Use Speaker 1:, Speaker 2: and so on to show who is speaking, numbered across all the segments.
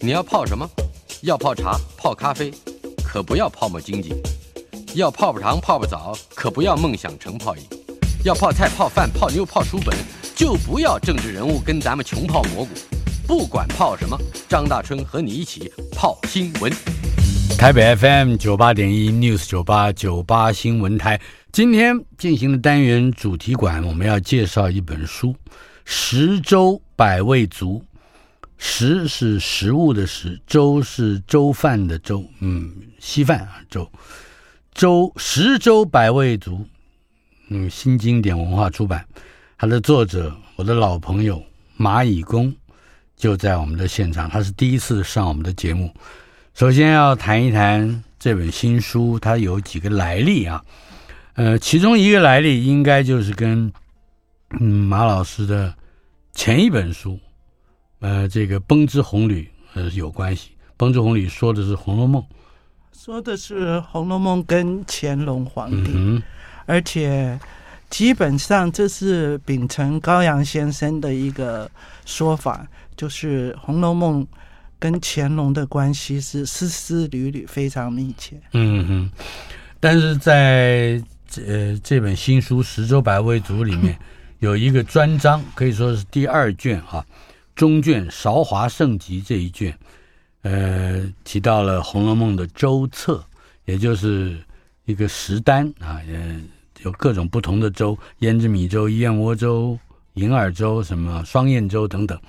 Speaker 1: 你要泡什么？要泡茶、泡咖啡，可不要泡沫经济；要泡泡糖、泡泡澡，可不要梦想成泡影；要泡菜、泡饭、泡妞、泡书本，就不要政治人物跟咱们穷泡蘑菇。不管泡什么，张大春和你一起泡新闻。
Speaker 2: 台北 FM 九八点一 News 九八九八新闻台，今天进行的单元主题馆，我们要介绍一本书《十粥百味足》。食是食物的食，粥是粥饭的粥，嗯，稀饭啊粥。粥十粥百味足，嗯，新经典文化出版，它的作者我的老朋友蚂蚁工就在我们的现场，他是第一次上我们的节目。首先要谈一谈这本新书，它有几个来历啊？呃，其中一个来历应该就是跟嗯马老师的前一本书，呃，这个《崩之红旅》呃有关系。《崩之红旅》说的是《红楼梦》，
Speaker 3: 说的是《红楼梦》跟乾隆皇帝，
Speaker 2: 嗯
Speaker 3: 而且基本上这是秉承高阳先生的一个说法，就是《红楼梦》跟乾隆的关系是丝丝缕缕，非常密切。
Speaker 2: 哼，嗯哼。但是在呃这本新书《十洲百味足》里面，有一个专章，可以说是第二卷啊，中卷《韶华盛极》这一卷，呃，提到了《红楼梦》的周册，也就是一个食单啊，呃，有各种不同的粥，胭脂米粥、燕窝粥、银耳粥、什么双燕粥等等。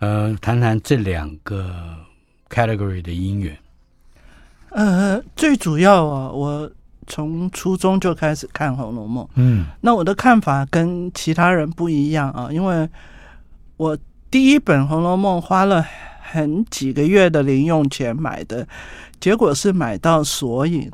Speaker 2: 呃，谈谈这两个 category 的因缘。
Speaker 3: 呃，最主要啊，我从初中就开始看《红楼梦》。
Speaker 2: 嗯
Speaker 3: 那我的看法跟其他人不一样啊，因为我第一本《红楼梦》花了很几个月的零用钱买的，结果是买到索引，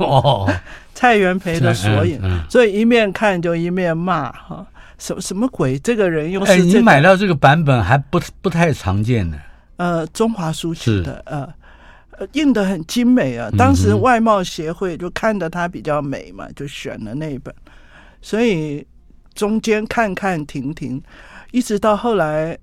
Speaker 2: 哦，
Speaker 3: 蔡元培的索引，
Speaker 2: 嗯嗯
Speaker 3: 所以一面看就一面骂哈、什什么鬼？这个人又
Speaker 2: 哎，
Speaker 3: 是这
Speaker 2: 你
Speaker 3: 个、
Speaker 2: 买到这个版本还不不太常见呢。
Speaker 3: 呃中华书局的呃。呃印的很精美啊！当时
Speaker 2: 嗯哼
Speaker 3: 外贸协会就看得它比较美嘛，就选了那一本。所以中间看看停停，一直到后来，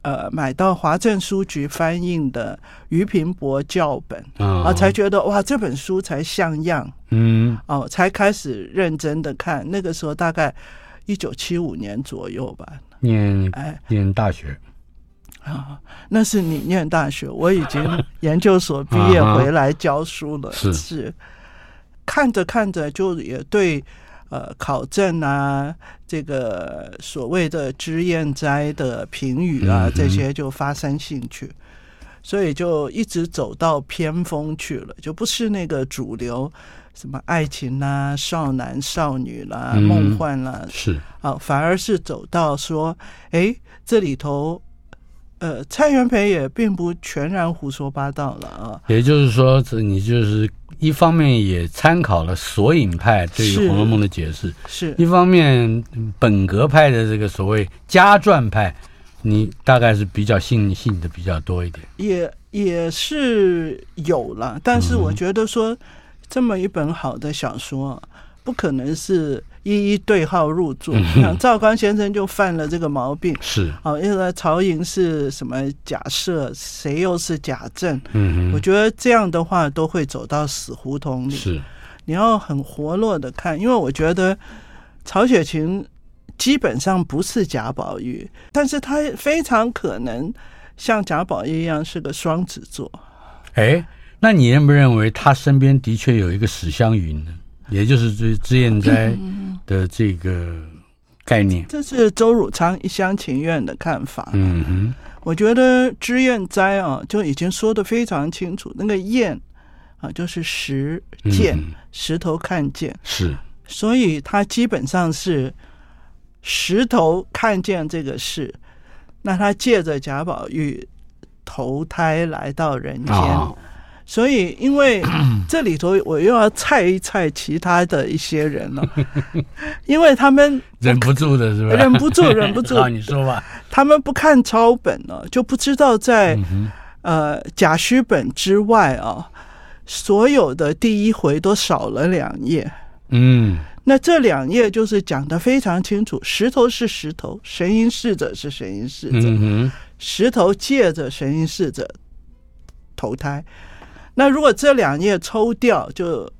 Speaker 3: 呃，买到华政书局翻印的俞平伯教本
Speaker 2: 啊
Speaker 3: 啊，才觉得哇，这本书才像样
Speaker 2: 嗯
Speaker 3: 哦，才开始认真的看。那个时候大概一九七五年左右吧，
Speaker 2: 念
Speaker 3: 哎，
Speaker 2: 念大学，
Speaker 3: 啊，那是你念大学，我已经研究所毕业
Speaker 2: 啊哈
Speaker 3: 回来教书了。
Speaker 2: 是
Speaker 3: 看着看着就也对，呃，考证啊，这个所谓的知砚斋的评语啊，
Speaker 2: 嗯哼
Speaker 3: 这些就发生兴趣，所以就一直走到偏锋去了，就不是那个主流，什么爱情啦、少男少女啦、
Speaker 2: 嗯
Speaker 3: 梦幻啦
Speaker 2: 是
Speaker 3: 啊，反而是走到说，哎，这里头，呃，蔡元培也并不全然胡说八道了啊。
Speaker 2: 也就是说，这你就是一方面也参考了索引派对于
Speaker 3: 是
Speaker 2: 《红楼梦》的解释，
Speaker 3: 是
Speaker 2: 一方面嗯本格派的这个所谓家传派，你大概是比较信信的比较多一点。
Speaker 3: 也也是有了，但是我
Speaker 2: 嗯
Speaker 3: 觉得说，这么一本好的小说啊，不可能是一一对号入座。
Speaker 2: 嗯
Speaker 3: 像赵匡先生就犯了这个毛病，
Speaker 2: 是，
Speaker 3: 好、因为曹寅是什么假设，谁又是假证，
Speaker 2: 嗯
Speaker 3: 我
Speaker 2: 哼，
Speaker 3: 觉得这样的话都会走到死胡同里。
Speaker 2: 是，
Speaker 3: 你要很活络的看，因为我觉得曹雪芹基本上不是贾宝玉，但是他非常可能像贾宝玉一样是个双子座。
Speaker 2: 哎，那你认不认为他身边的确有一个史湘云呢？也就是这脂砚斋
Speaker 3: 嗯
Speaker 2: 的这个概念。
Speaker 3: 这是周汝昌一厢情愿的看法。
Speaker 2: 嗯哼，
Speaker 3: 我觉得脂砚斋啊，就已经说的非常清楚，那个砚啊，就是石
Speaker 2: 嗯
Speaker 3: 见、
Speaker 2: 哼
Speaker 3: 石头看见，
Speaker 2: 是，
Speaker 3: 所以他基本上是石头看见这个事，那他借着贾宝玉投胎来到人间，
Speaker 2: 啊，
Speaker 3: 所以因为这里头我又要菜一菜其他的一些人 了，因为他们
Speaker 2: 忍不住的是吧？
Speaker 3: 忍不住忍不住，
Speaker 2: 好，你说吧。
Speaker 3: 他们不看抄本呢，就不知道在、
Speaker 2: 哼
Speaker 3: 呃甲虚本之外啊，所有的第一回都少了两页。
Speaker 2: 嗯，
Speaker 3: 那这两页就是讲的非常清楚，石头是石头，神瑛侍者是神瑛侍者，
Speaker 2: 嗯哼，
Speaker 3: 石头借着神瑛侍者投胎。那如果这两页抽掉，就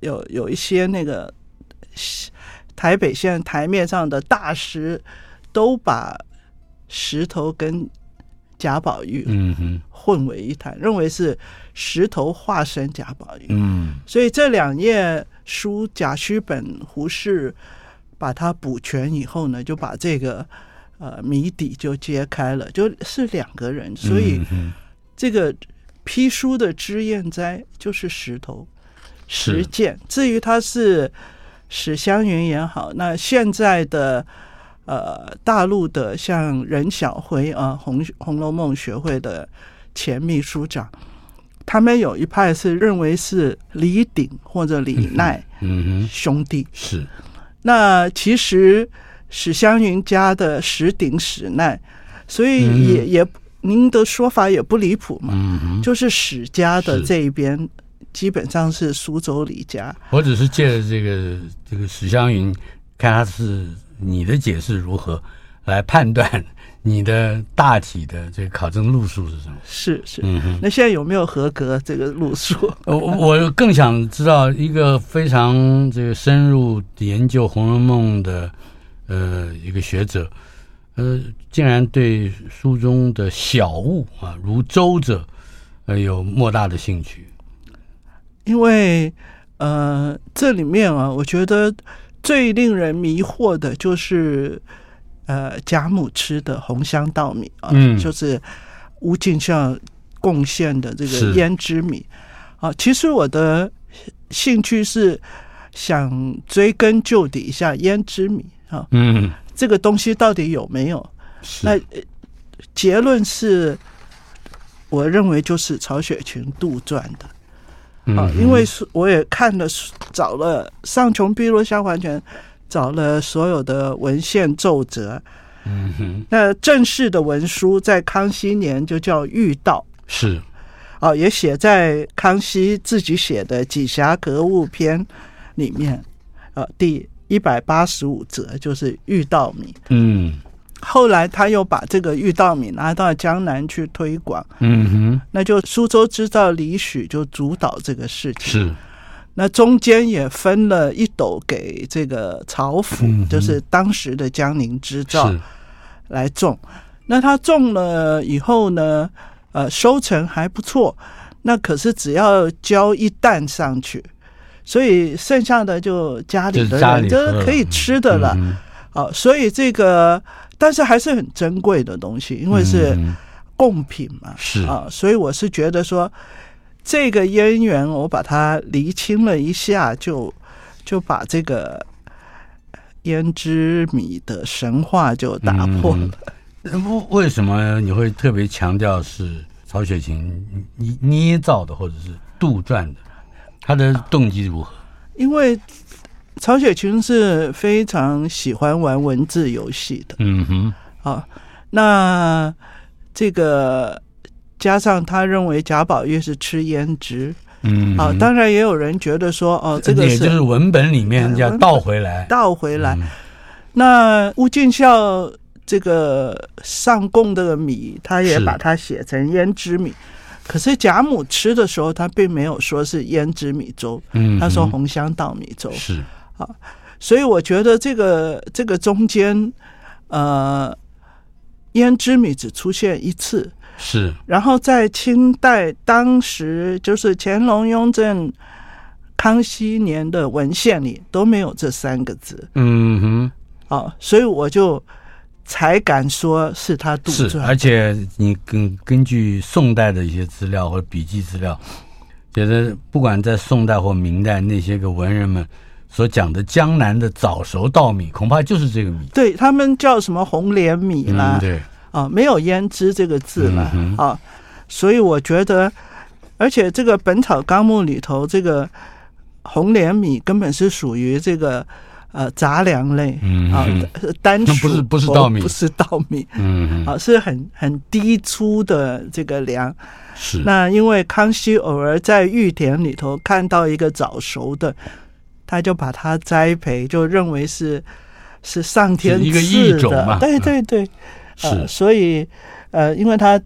Speaker 3: 有有一些那个台北现在台面上的大师都把石头跟贾宝玉
Speaker 2: 嗯哼，
Speaker 3: 混为一谈，认为是石头化身贾宝玉。
Speaker 2: 嗯
Speaker 3: 所以这两页书贾诩本胡适把它补全以后呢，就把这个呃谜底就揭开了，就是两个人，所以
Speaker 2: 嗯哼
Speaker 3: 这个批书的脂砚斋就是石头
Speaker 2: 是
Speaker 3: 石鉴。至于他是史湘云也好，那现在的。呃，大陆的像任晓辉啊，红《红楼梦》学会的前秘书长，他们有一派是认为是李鼎或者李奈
Speaker 2: 嗯哼，
Speaker 3: 兄弟。
Speaker 2: 是
Speaker 3: 那其实史湘云家的史鼎、史奈，所以也、也您的说法也不离谱嘛，
Speaker 2: 嗯哼，
Speaker 3: 就是史家的
Speaker 2: 是
Speaker 3: 这一边基本上是苏州李家。
Speaker 2: 我只是借着这个这个史湘云，看他是你的解释如何来判断你的大体的这个考证路数是什么。
Speaker 3: 是是，
Speaker 2: 嗯哼。
Speaker 3: 那现在有没有合格这个路数？
Speaker 2: 我呃我更想知道一个非常这个深入研究《红楼梦》的呃一个学者，呃，竟然对书中的小物啊，如舟者，呃，有莫大的兴趣。
Speaker 3: 因为呃，这里面啊，我觉得最令人迷惑的就是呃，贾母吃的红香稻米啊，
Speaker 2: 嗯
Speaker 3: 就是吴敬孝贡献的这
Speaker 2: 是
Speaker 3: 个胭脂米啊。其实我的兴趣是想追根究底一下胭脂米啊，
Speaker 2: 嗯，
Speaker 3: 这个东西到底有没有？
Speaker 2: 是
Speaker 3: 那呃结论是，我认为就是曹雪芹杜撰的。啊，因为是我也看了书，找了上穷碧落下黄泉，找了所有的文献奏折。
Speaker 2: 嗯哼
Speaker 3: 那正式的文书在康熙年就叫《御道
Speaker 2: 是》
Speaker 3: 啊，也写在康熙自己写的《几侠格物篇》里面，啊，第一百八十五则就是御道米。
Speaker 2: 嗯
Speaker 3: 后来他又把这个御道米拿到江南去推广，
Speaker 2: 嗯哼
Speaker 3: 那就苏州知道李许就主导这个事情。
Speaker 2: 是
Speaker 3: 那中间也分了一斗给这个曹府，
Speaker 2: 嗯哼
Speaker 3: 就是当时的江宁织造
Speaker 2: 是
Speaker 3: 来种。那他种了以后呢，呃，收成还不错。那可是只要交一担上去，所以剩下的就家里
Speaker 2: 就
Speaker 3: 的
Speaker 2: 是家里
Speaker 3: 人就
Speaker 2: 喝了
Speaker 3: 是可以吃的了。
Speaker 2: 嗯哼
Speaker 3: 哦，所以这个但是还是很珍贵的东西，因为是
Speaker 2: 嗯哼
Speaker 3: 贡品嘛。
Speaker 2: 是
Speaker 3: 啊，所以我是觉得说，这个渊源我把它厘清了一下，就就把这个呃胭脂米的神话就打破了。
Speaker 2: 呃为为什么你会特别强调是曹雪芹捏捏造的或者是杜撰的？他的动机如何？
Speaker 3: 因为曹雪芹是非常喜欢玩文字游戏的
Speaker 2: 嗯哼，
Speaker 3: 啊，那这个加上他认为贾宝玉是吃胭脂
Speaker 2: 嗯
Speaker 3: 啊，
Speaker 2: 哼
Speaker 3: 当然也有人觉得说哦，这个
Speaker 2: 也就是是文本里面
Speaker 3: 嗯
Speaker 2: 要
Speaker 3: 文本
Speaker 2: 倒回来，
Speaker 3: 倒回
Speaker 2: 嗯
Speaker 3: 来。那吴敬孝这个上供这个米，他也
Speaker 2: 是
Speaker 3: 把它写成胭脂米。可是贾母吃的时候，他并没有说是胭脂米粥，
Speaker 2: 嗯，
Speaker 3: 他说红香稻米粥。
Speaker 2: 是，
Speaker 3: 所以我觉得这个这个中间，呃，胭脂米只出现一次。
Speaker 2: 是
Speaker 3: 然后在清代，当时就是乾隆、雍正、康熙年的文献里都没有这三个字。
Speaker 2: 嗯哼，
Speaker 3: 啊，所以我就才敢说是他杜
Speaker 2: 是，
Speaker 3: 撰。
Speaker 2: 而且你根根据宋代的一些资料或者笔记资料，觉得不管在宋代或明代那些个文人们所讲的江南的早熟稻米，恐怕就是这个米，
Speaker 3: 对他们叫什么红莲米啦
Speaker 2: 嗯，，对，
Speaker 3: 啊，没有胭脂这个字啦，
Speaker 2: 嗯
Speaker 3: 啊，所以我觉得，而且这个《本草纲目》里头这个红莲米根本是属于这个呃杂粮类，
Speaker 2: 嗯
Speaker 3: 啊
Speaker 2: 哼，
Speaker 3: 呃 单
Speaker 2: 那不
Speaker 3: 数
Speaker 2: 是不是
Speaker 3: 不
Speaker 2: 稻米
Speaker 3: 不是稻米，
Speaker 2: 嗯哼，
Speaker 3: 啊，是很很低粗的这个粮，
Speaker 2: 是，
Speaker 3: 那因为康熙偶尔在御田里头看到一个早熟的，他就把它栽培，就认为是是上天
Speaker 2: 是一个
Speaker 3: 赐
Speaker 2: 异种
Speaker 3: 的
Speaker 2: 嘛嗯
Speaker 3: 对对对，
Speaker 2: 是
Speaker 3: 呃，所以呃，因为他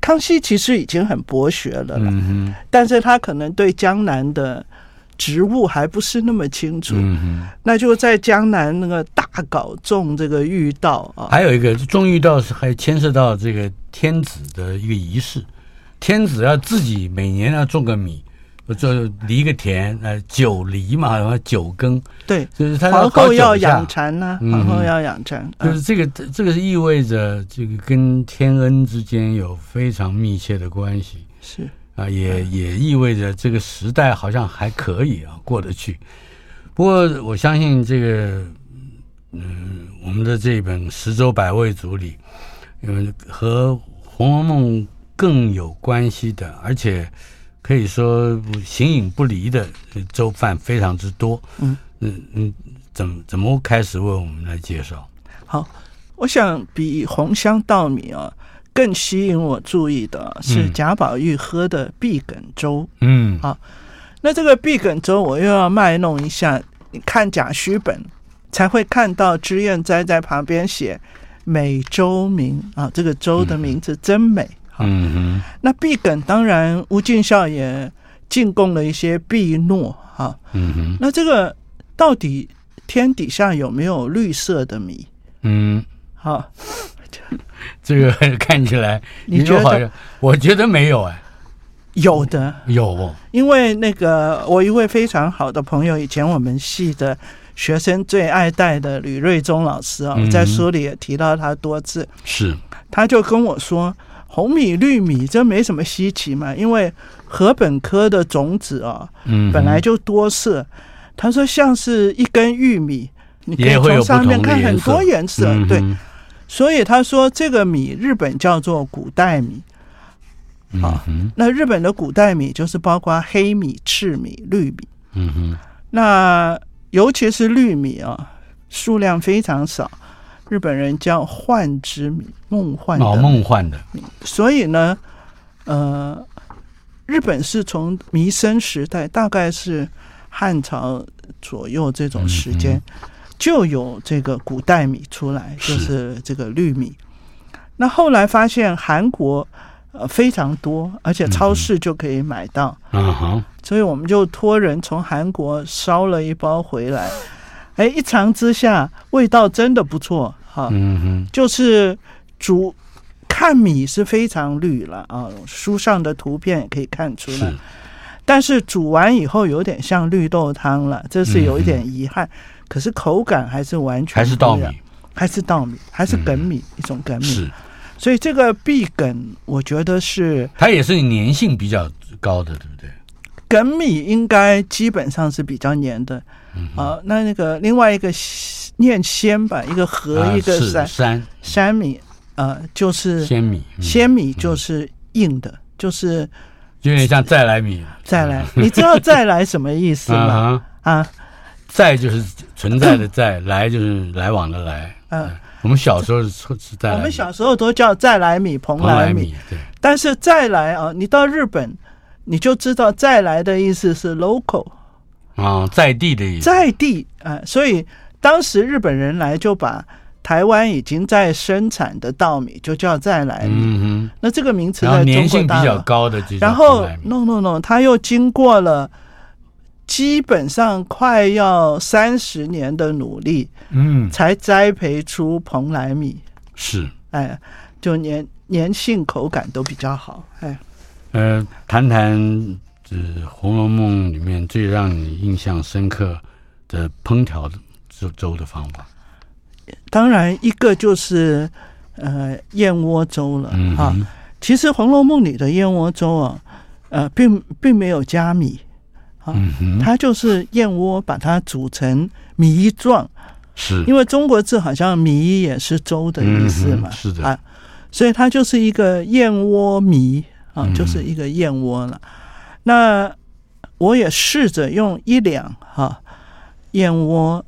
Speaker 3: 康熙其实已经很博学了啦，
Speaker 2: 嗯哼，
Speaker 3: 但是他可能对江南的植物还不是那么清楚，
Speaker 2: 嗯
Speaker 3: 那就在江南那个大搞种这个玉稻
Speaker 2: 哼，
Speaker 3: 啊，
Speaker 2: 还有一个终于到是还牵涉到这个天子的一个仪式，天子要自己每年要种个米，就犁个田，呃，九犁嘛，然后九耕，
Speaker 3: 对，
Speaker 2: 就是他
Speaker 3: 皇
Speaker 2: 搞
Speaker 3: 后
Speaker 2: 九
Speaker 3: 要
Speaker 2: 下
Speaker 3: 养蚕呐、
Speaker 2: 嗯
Speaker 3: 皇后要养蚕，
Speaker 2: 就
Speaker 3: 嗯
Speaker 2: 是这个，这这个是意味着这个跟天恩之间有非常密切的关系
Speaker 3: 是
Speaker 2: 啊，也
Speaker 3: 嗯
Speaker 2: 也意味着这个时代好像还可以啊，过得去。不过我相信这个，嗯，我们的这本《十洲百味族》里，嗯，和《红楼梦》更有关系的，而且可以说形影不离的呃粥饭非常之多。
Speaker 3: 嗯
Speaker 2: 嗯嗯，怎么怎么开始为我们来介绍？
Speaker 3: 好。我想比红香稻米啊更吸引我注意的啊是
Speaker 2: 嗯
Speaker 3: 贾宝玉喝的碧梗粥。
Speaker 2: 嗯
Speaker 3: 那这个碧梗粥，我又要卖弄一下，你看贾诩本才会看到脂砚斋在旁边写“美洲名”啊，这个粥的名字真美。
Speaker 2: 嗯哼。
Speaker 3: 那碧梗当然，吴敬孝也进贡了一些碧糯啊。
Speaker 2: 嗯哼，
Speaker 3: 那这个到底天底下有没有绿色的米？啊
Speaker 2: 嗯，
Speaker 3: 好、
Speaker 2: 这个 看起来
Speaker 3: 你觉得
Speaker 2: 又好像？我觉得没有哎，
Speaker 3: 有的，
Speaker 2: 有
Speaker 3: 因为那个我一位非常好的朋友，以前我们系的学生最爱戴的吕瑞忠老师啊，
Speaker 2: 嗯
Speaker 3: 我在书里也提到他多次，
Speaker 2: 是，
Speaker 3: 他就跟我说，红米绿米这没什么稀奇嘛，因为禾本科的种子啊
Speaker 2: 嗯，
Speaker 3: 本来就多色，他说像是一根玉米。你可以
Speaker 2: 也会有
Speaker 3: 从上面
Speaker 2: 不同
Speaker 3: 看
Speaker 2: 的
Speaker 3: 很
Speaker 2: 颜色
Speaker 3: 多颜色，
Speaker 2: 嗯哼
Speaker 3: 对，，所以他说这个米日本叫做古代米，
Speaker 2: 嗯
Speaker 3: 啊
Speaker 2: 哼，
Speaker 3: 那日本的古代米就是包括黑米、赤米、绿米，
Speaker 2: 嗯哼，
Speaker 3: 那尤其是绿米啊，数量非常少，日本人叫幻之米，梦幻
Speaker 2: 老
Speaker 3: 的。
Speaker 2: 梦幻的，
Speaker 3: 所以呢，呃，日本是从弥生时代，大概是汉朝左右这种时间，
Speaker 2: 嗯
Speaker 3: 就有这个古代米出来，就是是这个绿米。那后来发现韩国呃非常多，而
Speaker 2: 嗯
Speaker 3: 且超市就可以买到。
Speaker 2: 啊哈，
Speaker 3: 所以我们就托人从韩国捎了一包回来。哎，一尝之下，味道真的不错哈、
Speaker 2: 嗯哼，
Speaker 3: 就是煮看米是非常绿了啊，书上的图片也可以看出来
Speaker 2: 是。，
Speaker 3: 但是煮完以后有点像绿豆汤了，这是有一点遗憾。可是口感还是完全
Speaker 2: 嗯还是稻
Speaker 3: 不
Speaker 2: 米
Speaker 3: 一
Speaker 2: 嗯
Speaker 3: 样，，嗯还是稻米，还是梗米、一种梗米。
Speaker 2: 是，
Speaker 3: 所以这个碧梗，我觉得是
Speaker 2: 它也是粘性比较高的，对不对？
Speaker 3: 梗米应该基本上是比较黏的，
Speaker 2: 嗯
Speaker 3: 啊，那那个另外一个西念鲜吧，一个和、
Speaker 2: 啊
Speaker 3: 一个
Speaker 2: 是
Speaker 3: 山
Speaker 2: 山
Speaker 3: 山米，呃，就是
Speaker 2: 鲜米，嗯
Speaker 3: 鲜米就是硬的，就是
Speaker 2: 有点像再来米
Speaker 3: 再来， 你知道再来什么意思吗？
Speaker 2: 啊哈，
Speaker 3: 啊，
Speaker 2: 再就是存在的在，来就是来往的 来。
Speaker 3: 嗯，
Speaker 2: 我们小时候是是啊再来
Speaker 3: 我
Speaker 2: 米，
Speaker 3: 们小时候都叫再来米、蓬
Speaker 2: 蓬莱
Speaker 3: 莱米，
Speaker 2: 米，对，
Speaker 3: 但是再来啊，你到日本你就知道再来的意思是 local，
Speaker 2: 啊，在地的意思，
Speaker 3: 在地啊、呃所以当时日本人来就把台湾已经在生产的稻米就叫再来米。
Speaker 2: 嗯哼。
Speaker 3: 那这个名词
Speaker 2: 然后
Speaker 3: 在中
Speaker 2: 粘
Speaker 3: 国
Speaker 2: 性比
Speaker 3: 大
Speaker 2: 较
Speaker 3: 陆，
Speaker 2: 高的就叫
Speaker 3: 然后
Speaker 2: 蓬莱米
Speaker 3: no no no，它又经过了基本上快要三十年的努力，
Speaker 2: 嗯
Speaker 3: 才栽培出蓬莱米。
Speaker 2: 是
Speaker 3: 哎，就粘粘性口感都比较好。哎，
Speaker 2: 呃，谈谈呃《红楼梦》里面最让你印象深刻的烹调的粥粥的方法，
Speaker 3: 当然一个就是呃燕窝粥了
Speaker 2: 嗯
Speaker 3: 啊。
Speaker 2: 哼
Speaker 3: 其实《红楼梦》里的燕窝粥啊，呃，并并没有加米，
Speaker 2: 嗯哼
Speaker 3: 它就是燕窝把它煮成米状，
Speaker 2: 是
Speaker 3: 因为中国字好像米也是粥的意思嘛，
Speaker 2: 嗯哼是的
Speaker 3: 啊，所以它就是一个燕窝米啊
Speaker 2: 嗯，
Speaker 3: 就是一个燕窝了。那我也试着用一两哈、燕窝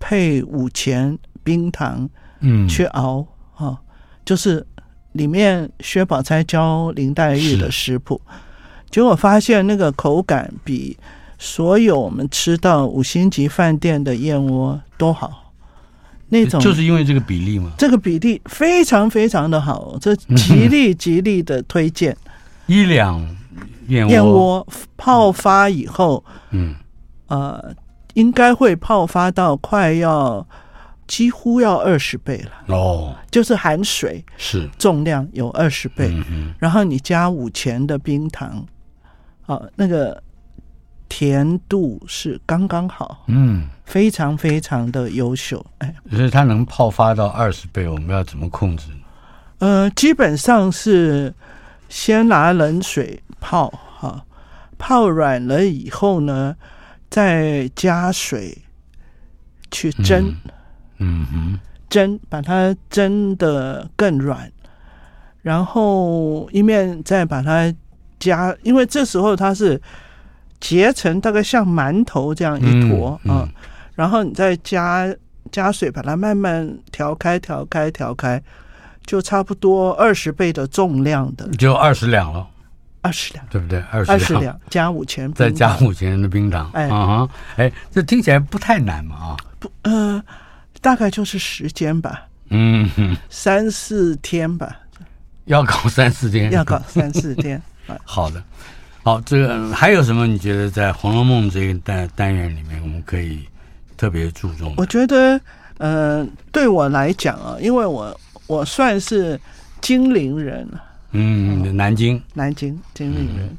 Speaker 3: 配五钱冰糖
Speaker 2: 嗯
Speaker 3: 去熬啊、就是里面薛宝钗教林黛玉的食谱，结果发现那个口感比所有我们吃到五星级饭店的燕窝都好，那种
Speaker 2: 就是因为这个比例嘛，
Speaker 3: 这个比例非常非常的好，哦这
Speaker 2: 嗯
Speaker 3: 极力极力的推荐。
Speaker 2: 一两燕
Speaker 3: 燕
Speaker 2: 窝，
Speaker 3: 窝泡发以后，
Speaker 2: 嗯，
Speaker 3: 呃，应该会泡发到快要几乎要二十倍了，
Speaker 2: 哦，
Speaker 3: 就是含水
Speaker 2: 是，
Speaker 3: 重量有二十倍，
Speaker 2: 嗯哼，
Speaker 3: 然后你加五钱的冰糖，啊、那个甜度是刚刚好，
Speaker 2: 嗯，
Speaker 3: 非常非常的优秀。哎，
Speaker 2: 所以它能泡发到二十倍，我们要怎么控制？
Speaker 3: 呃，基本上是先拿冷水泡哈、泡软了以后呢，再加水去蒸。
Speaker 2: 嗯哼，
Speaker 3: 蒸，把它蒸的更软，然后一面再把它加，因为这时候它是结成大概像馒头这样一坨
Speaker 2: 嗯
Speaker 3: 啊、然后你再加加水把它慢慢调开、调开、调开，就差不多二十倍的重量的
Speaker 2: 就二十两了，
Speaker 3: 二十两，
Speaker 2: 对不对？嗯二
Speaker 3: 二
Speaker 2: 十
Speaker 3: 十， 两加五钱
Speaker 2: 再
Speaker 3: 冰
Speaker 2: 加
Speaker 3: 糖
Speaker 2: 五钱的冰糖，
Speaker 3: 哎
Speaker 2: 啊哈，哎，这听起来不太难嘛啊，
Speaker 3: 呃，大概就是时间吧，
Speaker 2: 嗯哼，
Speaker 3: 三四天吧，
Speaker 2: 要搞三四天，
Speaker 3: 要搞三四天。 啊
Speaker 2: 好的，好，这个还有什么？你觉得在《红楼梦》这个单单元里面，我们可以特别注重的？
Speaker 3: 我觉得，呃，对我来讲啊，因为我我算是金陵人，啊
Speaker 2: 嗯，南京，
Speaker 3: 南京金陵
Speaker 2: 嗯
Speaker 3: 人。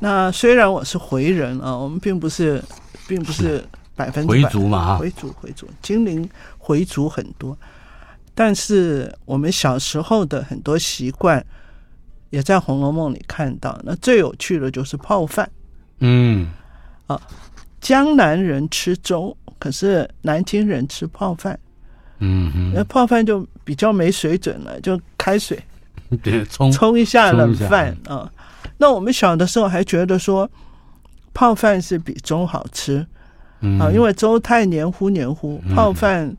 Speaker 3: 那虽然我是回人啊，我们并不是，并不是百分
Speaker 2: 啊
Speaker 3: 之
Speaker 2: 回
Speaker 3: 百
Speaker 2: 族嘛啊
Speaker 3: 回族回族，金陵回族很多，但是我们小时候的很多习惯。也在《红楼梦》里看到，那最有趣的就是泡饭。
Speaker 2: 嗯，
Speaker 3: 江南人吃粥，可是南京人吃泡饭。
Speaker 2: 嗯哼，
Speaker 3: 那泡饭就比较没水准了，就开水
Speaker 2: 对，葱，
Speaker 3: 冲一下冷
Speaker 2: 冲一嗯
Speaker 3: 饭啊。那我们小的时候还觉得说，泡饭是比粥好吃
Speaker 2: 嗯
Speaker 3: 啊，因为粥太黏糊黏糊，泡饭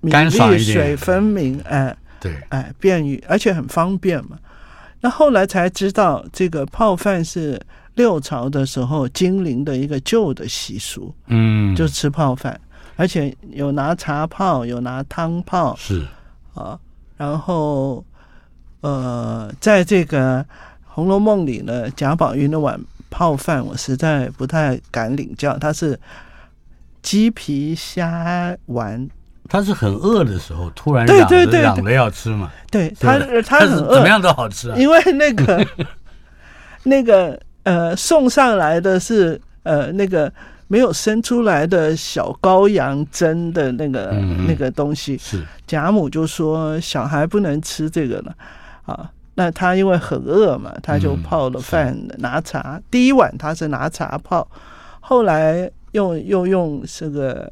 Speaker 3: 米
Speaker 2: 干
Speaker 3: 粒
Speaker 2: 爽一点
Speaker 3: 水分明，哎
Speaker 2: 对，
Speaker 3: 哎，便于而且很方便嘛。那后来才知道，这个泡饭是六朝的时候金陵的一个旧的习俗，
Speaker 2: 嗯，
Speaker 3: 就吃泡饭，而且有拿茶泡，有拿汤泡，
Speaker 2: 是，
Speaker 3: 啊，然后呃，在这个《红楼梦》里呢，贾宝玉那碗泡饭，我实在不太敢领教，它是鸡皮虾丸，
Speaker 2: 他是很饿的时候，突然
Speaker 3: 对
Speaker 2: 嚷
Speaker 3: 对
Speaker 2: 着
Speaker 3: 对
Speaker 2: 嚷着要吃嘛，
Speaker 3: 对
Speaker 2: 对
Speaker 3: 他
Speaker 2: 不对
Speaker 3: 他
Speaker 2: 但
Speaker 3: 很
Speaker 2: 是怎么
Speaker 3: 饿，
Speaker 2: 样都好吃啊，
Speaker 3: 因为那 个那个呃送上来的是呃那个。没有生出来的小羔羊蒸的那个、
Speaker 2: 嗯
Speaker 3: 那个东西，
Speaker 2: 是，
Speaker 3: 贾母就说小孩不能吃这个了，啊，那他因为很饿嘛，他就泡了饭、拿茶。
Speaker 2: 嗯
Speaker 3: 第一碗他是拿茶泡，后来又又用这个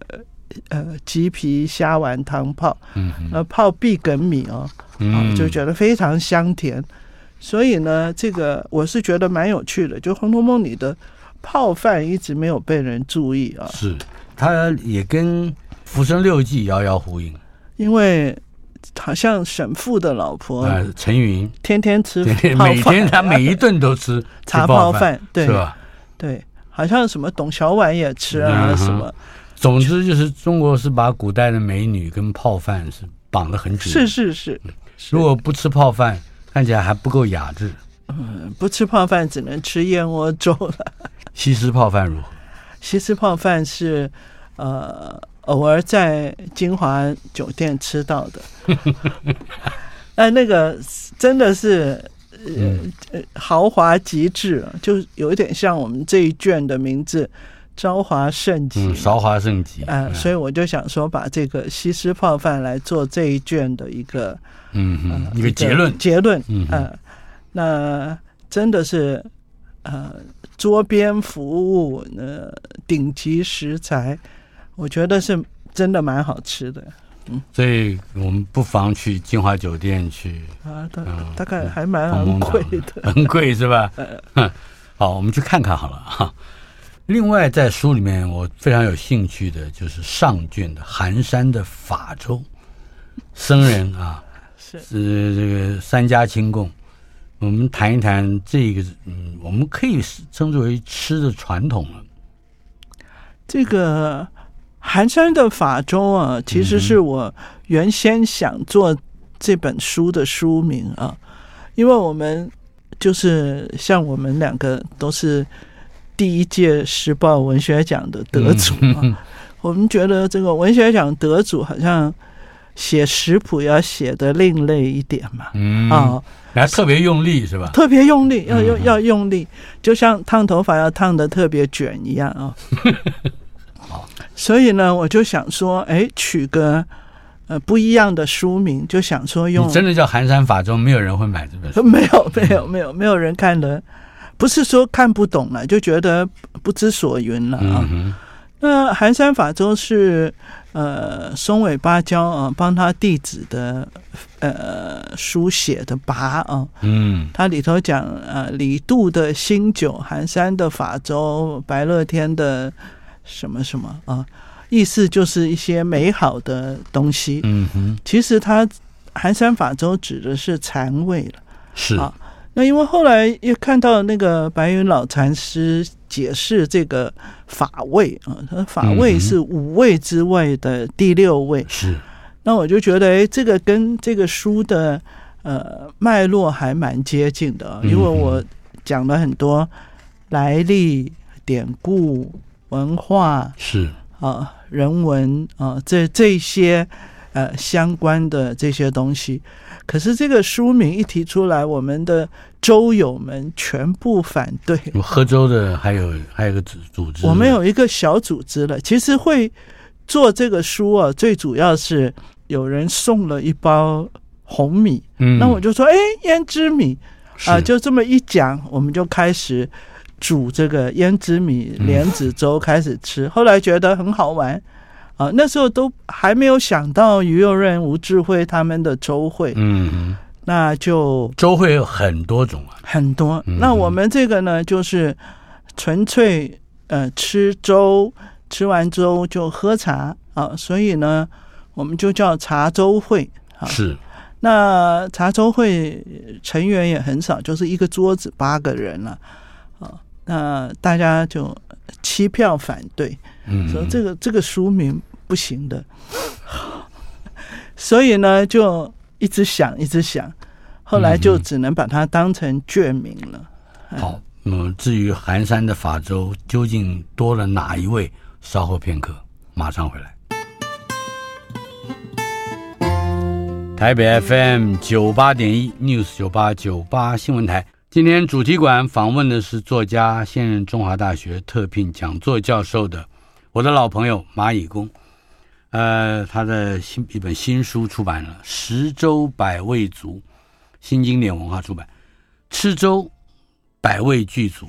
Speaker 3: 呃鸡皮虾丸汤泡，
Speaker 2: 嗯哼
Speaker 3: 呃泡碧梗米哦，啊
Speaker 2: 嗯，
Speaker 3: 就觉得非常香甜。所以呢，这个我是觉得蛮有趣的，就《红楼梦》里的泡饭一直没有被人注意啊，
Speaker 2: 是，他也跟《浮生六记》遥遥呼应，
Speaker 3: 因为好像沈复的老婆
Speaker 2: 呃，陈云
Speaker 3: 天天吃
Speaker 2: 对对
Speaker 3: 泡
Speaker 2: 每天
Speaker 3: 饭，
Speaker 2: 他每一顿都吃
Speaker 3: 茶
Speaker 2: 吃
Speaker 3: 泡
Speaker 2: 泡，
Speaker 3: 饭，对
Speaker 2: 是吧？
Speaker 3: 对，好像什么董小宛也吃啊
Speaker 2: 嗯哼
Speaker 3: 什么，
Speaker 2: 总之就是中国是把古代的美女跟泡饭是绑得很紧，
Speaker 3: 是是是，
Speaker 2: 如果不吃泡饭，看起来还不够雅致。
Speaker 3: 不吃泡饭只能吃燕窝粥了。
Speaker 2: 西施泡饭如何？
Speaker 3: 西施泡饭是呃偶尔在金华酒店吃到 的，哎，那个真的是。呃
Speaker 2: 嗯
Speaker 3: 呃，豪华极致啊，就有一点像我们这一卷的名字“朝华盛极”
Speaker 2: 嗯，韶华盛极。
Speaker 3: 啊、
Speaker 2: 嗯
Speaker 3: 所以我就想说，把这个西施泡饭来做这一卷的一个
Speaker 2: 嗯
Speaker 3: 呃
Speaker 2: 哼，一个结论，
Speaker 3: 结论，
Speaker 2: 嗯哼
Speaker 3: 呃，那真的是呃，桌边服务，呃，顶级食材，我觉得是真的蛮好吃的
Speaker 2: 所以我们不妨去金华酒店去
Speaker 3: 啊，大
Speaker 2: 嗯
Speaker 3: 大概还蛮
Speaker 2: 捧
Speaker 3: 昂
Speaker 2: 捧场
Speaker 3: 贵的，
Speaker 2: 很贵是吧？
Speaker 3: 呃
Speaker 2: 哼好，我们去看看好了哈。另外，在书里面我非常有兴趣的就是上卷的寒山的法州僧人啊，
Speaker 3: 是
Speaker 2: 呃这个三家亲共，我们谈一谈这个嗯，我们可以称之为吃的传统了。
Speaker 3: 这个韩山的《法中》啊，其实是我原先想做这本书的书名啊，因为我们就是像我们两个都是第一届时报文学奖的得主啊，我们觉得这个文学奖得主好像写食谱要写的另类一点嘛，
Speaker 2: 嗯，
Speaker 3: 啊，
Speaker 2: 然后特别用力是吧？
Speaker 3: 特别用力，
Speaker 2: 嗯
Speaker 3: 要要要用力，就像烫头发要烫的特别卷一样 啊、所以呢，我就想说，哎，取个呃不一样的书名，就想说用
Speaker 2: 你真的叫寒山法中，没有人会买这本书。
Speaker 3: 没有没有没有没有人看了，不是说看不懂了，就觉得不知所云了啊。
Speaker 2: 嗯
Speaker 3: 那寒山法州是呃松尾芭蕉啊帮他弟子的呃书写的跋啊，
Speaker 2: 哼，嗯
Speaker 3: 它里头讲呃李杜的新酒，寒山的法州，白乐天的什么什么啊，意思就是一些美好的东西。
Speaker 2: 嗯哼，
Speaker 3: 其实它寒山法州指的是禅味了。
Speaker 2: 是
Speaker 3: 好那因为后来也看到那个白云老禅师解释这个法味啊，他说法
Speaker 2: 嗯
Speaker 3: 味
Speaker 2: 哼
Speaker 3: 是五味之外的第六味，
Speaker 2: 是，
Speaker 3: 那我就觉得，哎，这个跟这个书的呃脉络还蛮接近的，因为我讲了很多来历、典故、文化啊、
Speaker 2: 是，
Speaker 3: 人文啊、这这些呃相关的这些东西。可是这个书名一提出来，我们的周友们全部反对。
Speaker 2: 我喝粥的还有还有个组组织，
Speaker 3: 我们有一个小组织了。其实会做这个书啊，最主要是有人送了一包红米，
Speaker 2: 嗯，
Speaker 3: 那我就说，哎，胭脂米啊、
Speaker 2: 是
Speaker 3: 就这么一讲，我们就开始煮这个胭脂米
Speaker 2: 嗯
Speaker 3: 莲子粥，开始吃。后来觉得很好玩。啊，那时候都还没有想到于右任、吴智慧他们的周会，
Speaker 2: 嗯哼，
Speaker 3: 那就
Speaker 2: 粥会有很多种啊，
Speaker 3: 很多。
Speaker 2: 嗯
Speaker 3: 那我们这个呢，就是纯粹呃吃粥，吃完粥就喝茶啊，所以呢，我们就叫茶粥会。啊好
Speaker 2: 是，
Speaker 3: 那茶粥会呃成员也很少，就是一个桌子八个人了啊。那大家就七票反对，
Speaker 2: 嗯，
Speaker 3: 说这个这个书名不行的， 所以呢就一直想一直想，后来就只能把它当成卷名了。
Speaker 2: 好，嗯，至于寒山的法州究竟多了哪一位，稍后片刻马上回来。台北 FM 九八点一 News 九八九八新闻台，今天主题馆访问的是作家、现任中华大学特聘讲座教授的我的老朋友蚂蚁工。呃，他的新一本新书出版了，《十洲百味族》，新经典文化出版。吃粥百味剧组，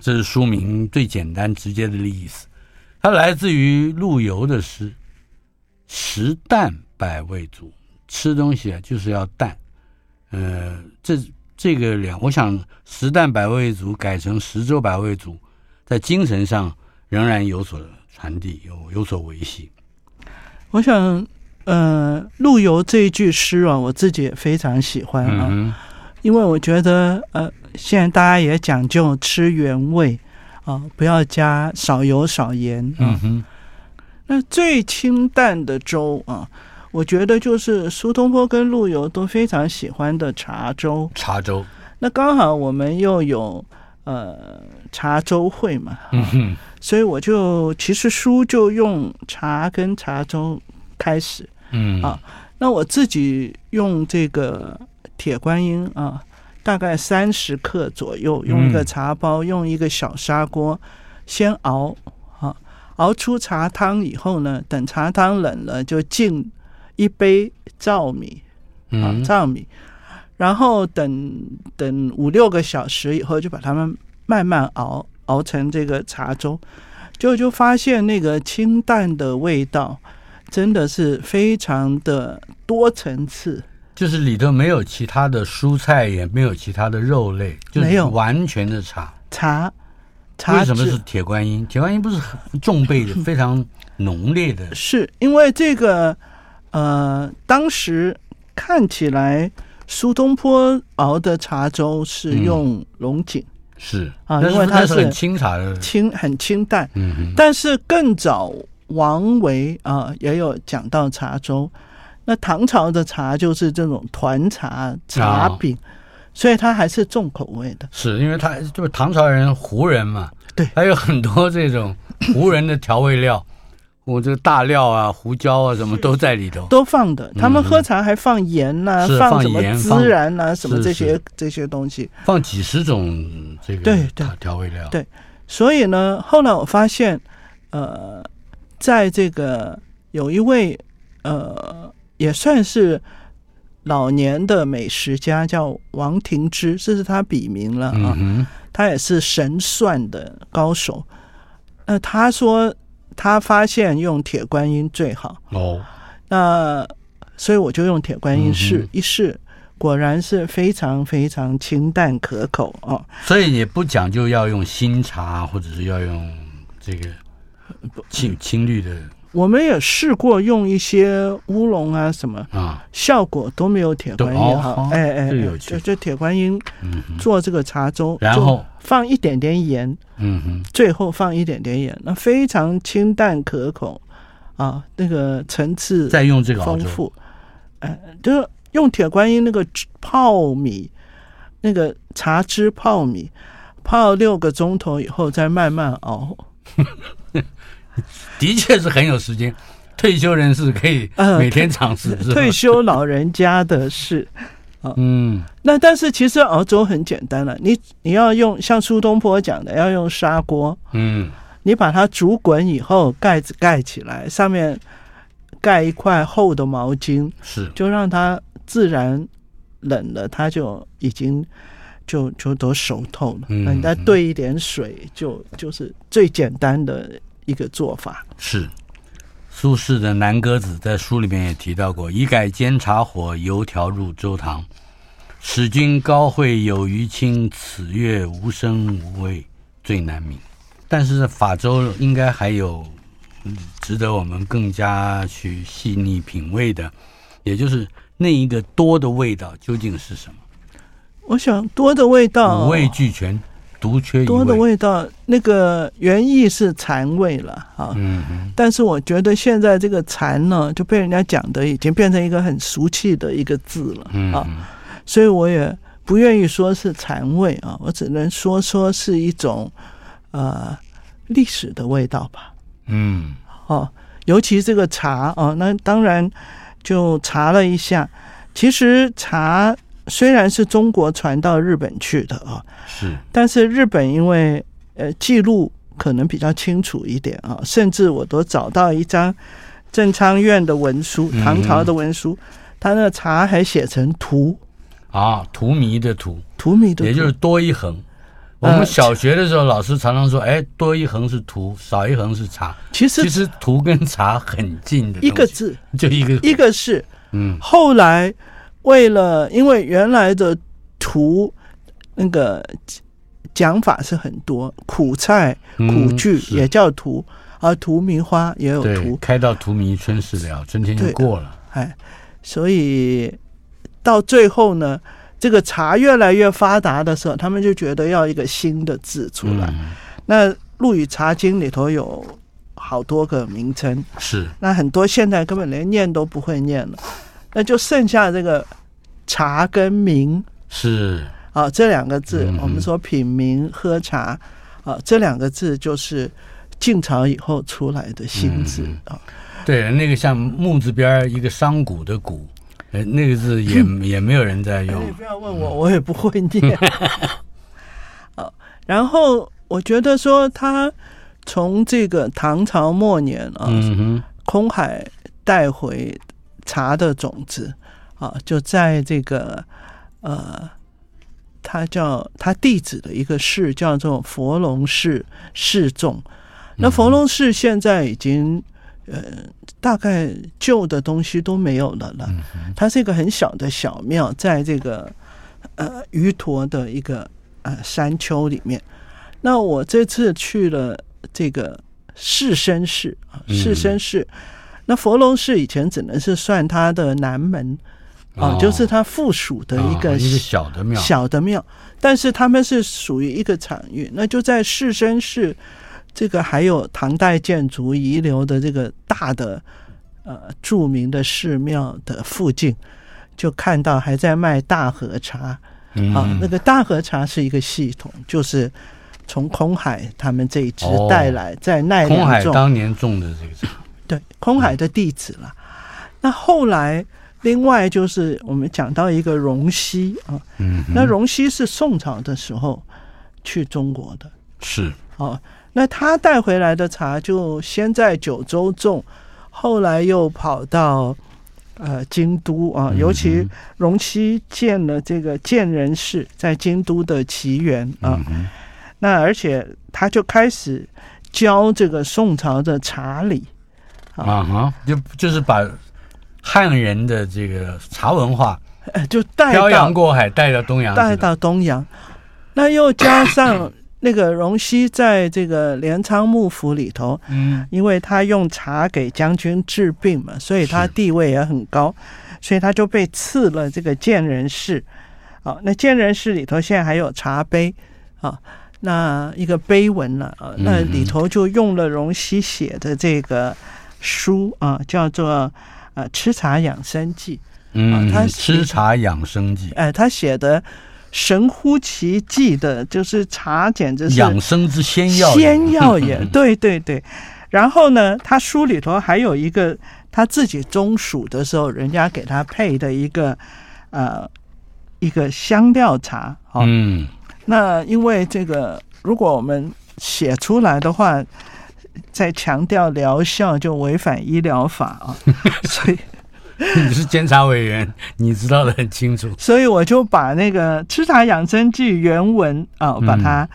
Speaker 2: 这是书名最简单直接的意思。它来自于陆游的诗：“食淡百味足”，吃东西啊就是要淡。呃，这这个两，我想“食淡百味足”改成“十粥百味足”，在精神上仍然有所传递，有有所维系。
Speaker 3: 我想，呃，陆游这一句诗啊，我自己也非常喜欢啊，
Speaker 2: 嗯哼，
Speaker 3: 因为我觉得，呃，现在大家也讲究吃原味啊、不要加少油少盐啊。
Speaker 2: 嗯哼，
Speaker 3: 那最清淡的粥啊，我觉得就是苏东坡跟陆游都非常喜欢的茶粥。
Speaker 2: 茶粥，
Speaker 3: 那刚好我们又有呃茶粥会嘛，
Speaker 2: 嗯哼，
Speaker 3: 所以我就其实书就用茶跟茶粥开始。
Speaker 2: 嗯
Speaker 3: 啊那我自己用这个铁观音啊，大概三十克左右，用一个茶包，用一个小砂锅，先熬啊，熬出茶汤以后呢，等茶汤冷了，就浸一杯糙米啊
Speaker 2: 嗯，
Speaker 3: 糙米，然后等等五六个小时以后，就把它们慢慢熬，熬成这个茶粥，就就发现那个清淡的味道真的是非常的多层次，
Speaker 2: 就是里头没有其他的蔬菜，也没有其他的肉类，就是
Speaker 3: 没有
Speaker 2: 完全的茶。
Speaker 3: 茶茶
Speaker 2: 为什么
Speaker 3: 质
Speaker 2: 是铁观音？铁观音不是很重倍 的、非常浓烈的，
Speaker 3: 是因为这个，呃，当时看起来苏东坡熬的茶粥是
Speaker 2: 嗯
Speaker 3: 用龙井，
Speaker 2: 是
Speaker 3: 啊
Speaker 2: 那
Speaker 3: 因为它
Speaker 2: 那是
Speaker 3: 是
Speaker 2: 很清茶的，
Speaker 3: 清很清淡，
Speaker 2: 嗯哼，
Speaker 3: 但是更早王维啊、也有讲到茶粥。那唐朝的茶就是这种团茶茶
Speaker 2: 哦
Speaker 3: 饼，所以它还是重口味的。
Speaker 2: 是因为他就是唐朝人胡人嘛，
Speaker 3: 对
Speaker 2: 还有很多这种胡人的调味料， 我这个大料啊、胡椒啊什么都在里头。
Speaker 3: 都放的，他们喝茶还放盐呐、
Speaker 2: 嗯是
Speaker 3: 放
Speaker 2: 放
Speaker 3: 什么
Speaker 2: 盐放
Speaker 3: 孜然呐、什么
Speaker 2: 是
Speaker 3: 这些
Speaker 2: 是
Speaker 3: 这些东西。
Speaker 2: 放几十种这个
Speaker 3: 对对
Speaker 2: 调调味料，
Speaker 3: 对所以呢，后来我发现，呃，在这个有一位呃，也算是老年的美食家，叫王廷之，这是他笔名了啊。
Speaker 2: 嗯哼，
Speaker 3: 他也是神算的高手。那他说，他发现用铁观音最好。
Speaker 2: 哦，
Speaker 3: 那所以我就用铁观音试、
Speaker 2: 嗯
Speaker 3: 一试，果然是非常非常清淡可口哦。
Speaker 2: 所以也不讲究要用新茶，或者是要用这个
Speaker 3: 嗯
Speaker 2: 青青绿的
Speaker 3: 我们也试过用一些乌龙啊什么，
Speaker 2: 啊，
Speaker 3: 效果都没有铁观音
Speaker 2: 都哦
Speaker 3: 好
Speaker 2: 哦。
Speaker 3: 哎哎，哎
Speaker 2: 这有趣
Speaker 3: 就就铁观音
Speaker 2: 嗯哼，
Speaker 3: 做这个茶粥，
Speaker 2: 然后
Speaker 3: 就放一点点盐，
Speaker 2: 嗯哼，
Speaker 3: 最后放一点点盐，那非常清淡可口啊，那个层次
Speaker 2: 再用这个熬
Speaker 3: 丰
Speaker 2: 粥，
Speaker 3: 富。呃，就是用铁观音那个汁泡米，那个茶汁泡米，泡六个钟头以后再慢慢熬。
Speaker 2: 的确是很有时间。退休人士可以
Speaker 3: 呃
Speaker 2: 每天尝试，是吧
Speaker 3: 退休老人家的事，
Speaker 2: 嗯，
Speaker 3: 那但是其实熬粥很简单了，你你要用像苏东坡讲的，要用砂锅，
Speaker 2: 嗯，
Speaker 3: 你把它煮滚以后，盖子盖起来，上面盖一块厚的毛巾，
Speaker 2: 是
Speaker 3: 就让它自然冷了，它就已经就就都熟透了。
Speaker 2: 嗯
Speaker 3: 那你再兑一点水，就就是最简单的一个做法。
Speaker 2: 是。苏轼的《南歌子》在书里面也提到过：“以改煎茶火，油条入粥堂。使君高会有余清，此月无声无味最难明。”但是法州应该还有嗯值得我们更加去细腻品味的，也就是那一个多的味道究竟是什么？
Speaker 3: 我想多的味道，
Speaker 2: 五味俱全，独缺一
Speaker 3: 哦多的
Speaker 2: 味。
Speaker 3: 味道，那个原意是禅味了啊。
Speaker 2: 嗯哼，
Speaker 3: 但是我觉得现在这个禅呢，就被人家讲的已经变成一个很俗气的一个字了、
Speaker 2: 嗯
Speaker 3: 啊，
Speaker 2: 哼，
Speaker 3: 所以我也不愿意说是禅味啊，我只能说说是一种呃历史的味道吧。
Speaker 2: 嗯，
Speaker 3: 哦，尤其这个茶哦，那当然就查了一下，其实茶虽然是中国传到日本去的啊、
Speaker 2: 是，
Speaker 3: 但是日本因为呃记录可能比较清楚一点啊，甚至我都找到一张正昌院的文书，
Speaker 2: 嗯
Speaker 3: 唐朝的文书，他那茶还写成荼，
Speaker 2: 啊，荼蘼的荼。
Speaker 3: 荼蘼的荼，
Speaker 2: 也就是多一横。我
Speaker 3: 呃
Speaker 2: 们小学的时候，老师常常说：“哎，多一横是图，少一横是茶。”
Speaker 3: 其
Speaker 2: 其
Speaker 3: 实
Speaker 2: 实图跟茶很近的东西，
Speaker 3: 一个字
Speaker 2: 就一个
Speaker 3: 一个是
Speaker 2: 嗯
Speaker 3: 后来为了因为原来的荼那个讲法是很多，苦菜、苦
Speaker 2: 嗯
Speaker 3: 苣
Speaker 2: 是
Speaker 3: 也叫荼，而荼蘼花也有
Speaker 2: 对
Speaker 3: 荼，
Speaker 2: 开到荼蘼春事了，春天就
Speaker 3: 对
Speaker 2: 过了。
Speaker 3: 哎，所以到最后呢，这个茶越来越发达的时候，他们就觉得要一个新的字出来。
Speaker 2: 嗯，
Speaker 3: 那《陆羽茶经》里头有好多个名称，
Speaker 2: 是
Speaker 3: 那很多现在根本连念都不会念了，那就剩下这个茶跟名
Speaker 2: 是，
Speaker 3: 啊这两个字
Speaker 2: 嗯，
Speaker 3: 我们说品茗喝茶啊这两个字就是。晋朝以后出来的新字
Speaker 2: 嗯
Speaker 3: 啊，
Speaker 2: 对那个像木字边儿一个商贾的贾，呃，那个字也
Speaker 3: 嗯
Speaker 2: 也没有人在
Speaker 3: 哎你
Speaker 2: 用。
Speaker 3: 不要问我， 我也不会念。 哦，然后我觉得说他从这个唐朝末年啊，
Speaker 2: 嗯哼，
Speaker 3: 空海带回茶的种子啊，就在这个呃，他叫他弟子的一个市叫做佛龙寺市众。
Speaker 2: 嗯
Speaker 3: 那佛龙寺现在已经呃，大概旧的东西都没有了了。
Speaker 2: 嗯
Speaker 3: 它是一个很小的小庙，在这个呃鱼陀的一个呃山丘里面。那我这次去了这个士绅寺啊，
Speaker 2: 嗯
Speaker 3: 士绅寺。那佛龙寺以前只能是算它的南门啊，
Speaker 2: 哦
Speaker 3: 就是它附属的一
Speaker 2: 啊
Speaker 3: 个
Speaker 2: 一个小的庙，
Speaker 3: 小的庙，但是他们是属于一个场域，那就在士绅寺这个还有唐代建筑遗留的这个大的呃著名的寺庙的附近，就看到还在卖大和茶。
Speaker 2: 嗯
Speaker 3: 啊，那个大和茶是一个系统，就是从空海他们这一支
Speaker 2: 哦
Speaker 3: 带来，在奈
Speaker 2: 空
Speaker 3: 良
Speaker 2: 海
Speaker 3: 种
Speaker 2: 当年种的这个茶，
Speaker 3: 对空海的弟子了。那后来，另外就是我们讲到一个荣西啊，
Speaker 2: 嗯哼，
Speaker 3: 那荣西是宋朝的时候去中国的
Speaker 2: 是
Speaker 3: 哦，那他带回来的茶就先在九州种，后来又跑到呃京都啊，
Speaker 2: 嗯
Speaker 3: 尤其荣西建了这个建仁寺，在京都的奇园啊，
Speaker 2: 嗯
Speaker 3: 那而且他就开始教这个宋朝的茶礼，
Speaker 2: 啊哈，就就是把汉人的这个茶文化
Speaker 3: 呃就带
Speaker 2: 漂
Speaker 3: 到
Speaker 2: 洋过海带到东洋去了，
Speaker 3: 带到东洋，那又加上 那个荣西在这个镰仓幕府里头，
Speaker 2: 嗯，
Speaker 3: 因为他用茶给将军治病嘛，所以他
Speaker 2: 是
Speaker 3: 地位也很高，所以他就被赐了这个建仁寺。哦，那建仁寺里头现在还有茶杯啊、那一个碑文了啊、那里头就用了荣西写的这个书啊、叫做呃吃茶养生记》。
Speaker 2: 嗯，
Speaker 3: 啊它
Speaker 2: 吃茶养生记，
Speaker 3: 哎，他写的神乎其技的，就是茶简直是
Speaker 2: 养生之仙药，嗯
Speaker 3: 仙药也，对对对。然后呢，他书里头还有一个他自己中暑的时候，人家给他配的一个呃一个香料茶。哦，
Speaker 2: 嗯，
Speaker 3: 那因为这个，如果我们写出来的话，再强调疗效就违反医疗 法啊，所以
Speaker 2: 你是监察委员，你知道的很清楚，
Speaker 3: 所以我就把那个《吃茶养生记》原文啊、把它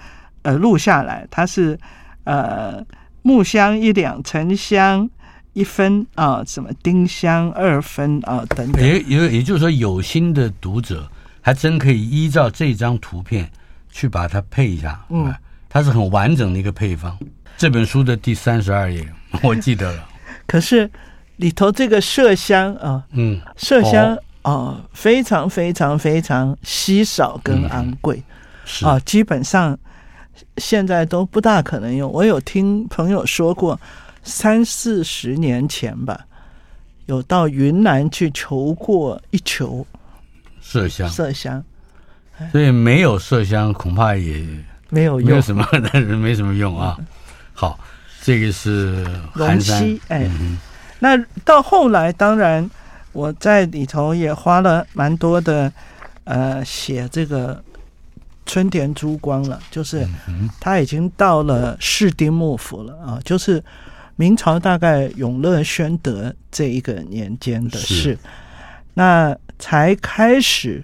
Speaker 3: 呃录下来。它是呃木香一两，沉香一分啊、什么丁香二分啊、等等。
Speaker 2: 也也也就是说，有心的读者还真可以依照这张图片去把它配一下，
Speaker 3: 嗯
Speaker 2: 啊，它是很完整的一个配方。这本书的第三十二页，我记得了，
Speaker 3: 可是里头这个麝香啊、
Speaker 2: 嗯，
Speaker 3: 麝香哦、非常非常非常稀少跟昂贵。
Speaker 2: 是
Speaker 3: 啊，基本上现在都不大可能用。我有听朋友说过，三四十年前吧，有到云南去求过一球
Speaker 2: 麝香，
Speaker 3: 麝香，
Speaker 2: 所以没有麝香恐怕也
Speaker 3: 没有
Speaker 2: 没有
Speaker 3: 用。
Speaker 2: 什么，但是没什么用 啊。好，这个是
Speaker 3: 龙
Speaker 2: 寒山，嗯
Speaker 3: 溪，哎，那到后来，当然我在里头也花了蛮多的，呃，写这个春田珠光了，就是
Speaker 2: 嗯
Speaker 3: 他已经到了室町幕府了啊，就是明朝大概永乐、宣德这一个年间的
Speaker 2: 是
Speaker 3: 事，那才开始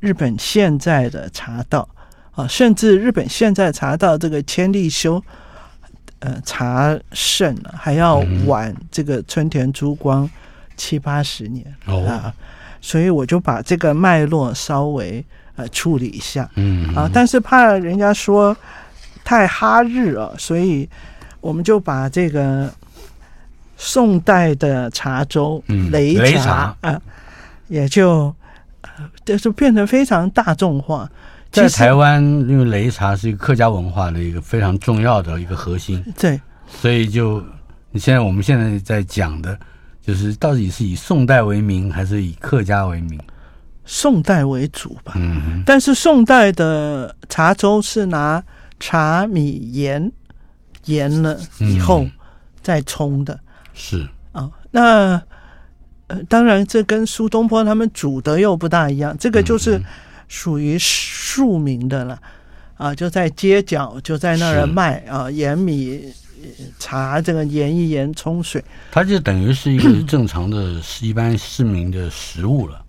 Speaker 3: 日本现在的茶道啊，甚至日本现在茶道这个千利休。呃，茶圣啊还要晚这个春田珠光七八十年、
Speaker 2: 哦
Speaker 3: 啊，所以我就把这个脉络稍微呃处理一下。
Speaker 2: 嗯，
Speaker 3: 啊，但是怕人家说太哈日啊，所以我们就把这个宋代的茶粥、
Speaker 2: 嗯
Speaker 3: 擂
Speaker 2: 擂茶
Speaker 3: 啊，也就呃就是变得非常大众化。
Speaker 2: 在
Speaker 3: 其实
Speaker 2: 台湾，因为擂茶是一个客家文化的一个非常重要的一个核心，
Speaker 3: 对
Speaker 2: 所以就你现在我们现在在讲的，就是到底是以宋代为名还是以客家为名？
Speaker 3: 宋代为主吧，
Speaker 2: 嗯哼，
Speaker 3: 但是宋代的茶粥是拿茶米盐盐了以后
Speaker 2: 嗯
Speaker 3: 再冲的。
Speaker 2: 是
Speaker 3: 啊、那呃，当然这跟苏东坡他们煮的又不大一样，
Speaker 2: 嗯
Speaker 3: 这个就是属于庶民的了，啊，就在街角就在那
Speaker 2: 是
Speaker 3: 儿卖啊，盐米呃茶这个盐一盐冲水，
Speaker 2: 它就等于是一个正常的、一般市民的食物了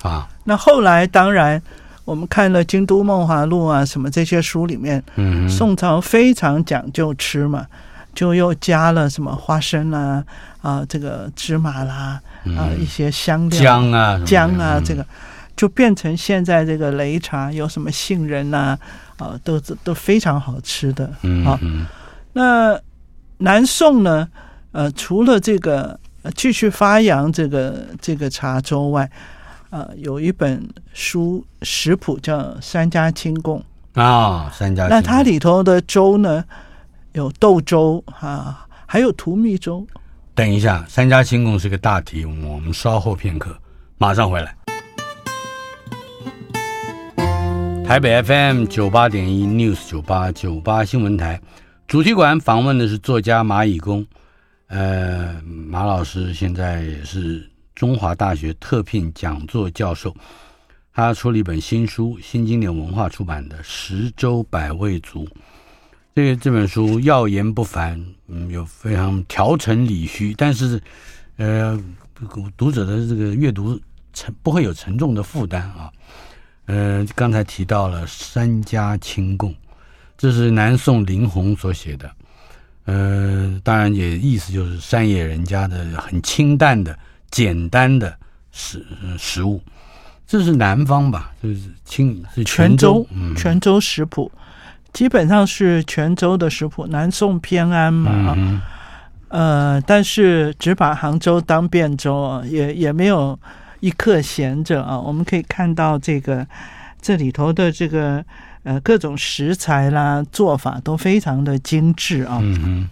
Speaker 2: 啊。
Speaker 3: 那后来当然，我们看了《京都梦华录》啊，什么这些书里面，
Speaker 2: 嗯哼，
Speaker 3: 宋朝非常讲究吃嘛，就又加了什么花生啦、啊，这个芝麻啦，啊，
Speaker 2: 嗯
Speaker 3: 一些香料、
Speaker 2: 姜啊什么的，
Speaker 3: 姜啊，
Speaker 2: 嗯
Speaker 3: 这个就变成现在这个擂茶，有什么杏仁呐、啊，都都非常好吃的。
Speaker 2: 嗯
Speaker 3: 好
Speaker 2: 哼
Speaker 3: 那南宋呢，呃，除了这个呃继续发扬这个这个茶粥外，呃，有一本书食谱叫《三家清供》，
Speaker 2: 啊，三家
Speaker 3: 那
Speaker 2: 清
Speaker 3: 它里头的粥呢，有豆粥啊，还有荼蘼粥。
Speaker 2: 等一下，三家亲共是个大题，我们稍后片刻，马上回来。台北 FM 九八点一 News 九八九八新闻台主题馆访问的是作家马以公，呃，马老师现在也是中华大学特聘讲座教授，他出了一本新书，新经典文化出版的《十洲百味族》。这个这本书耀言不凡，嗯，有非常条陈理虚，但是，呃，读者的这个阅读沉不会有沉重的负担啊。呃，刚才提到了三家清供，这是南宋林洪所写的，呃，当然也意思就是山野人家的很清淡的、简单的食呃食物，这是南方吧？就是清是
Speaker 3: 泉州
Speaker 2: 州，嗯，
Speaker 3: 泉州食谱基本上是泉州的食谱，南宋偏安嘛啊。
Speaker 2: 嗯
Speaker 3: 呃，但是只把杭州当汴州啊，也也没有一刻闲着啊。我们可以看到这个这里头的这个呃各种食材啦、做法都非常的精致啊。
Speaker 2: 嗯哼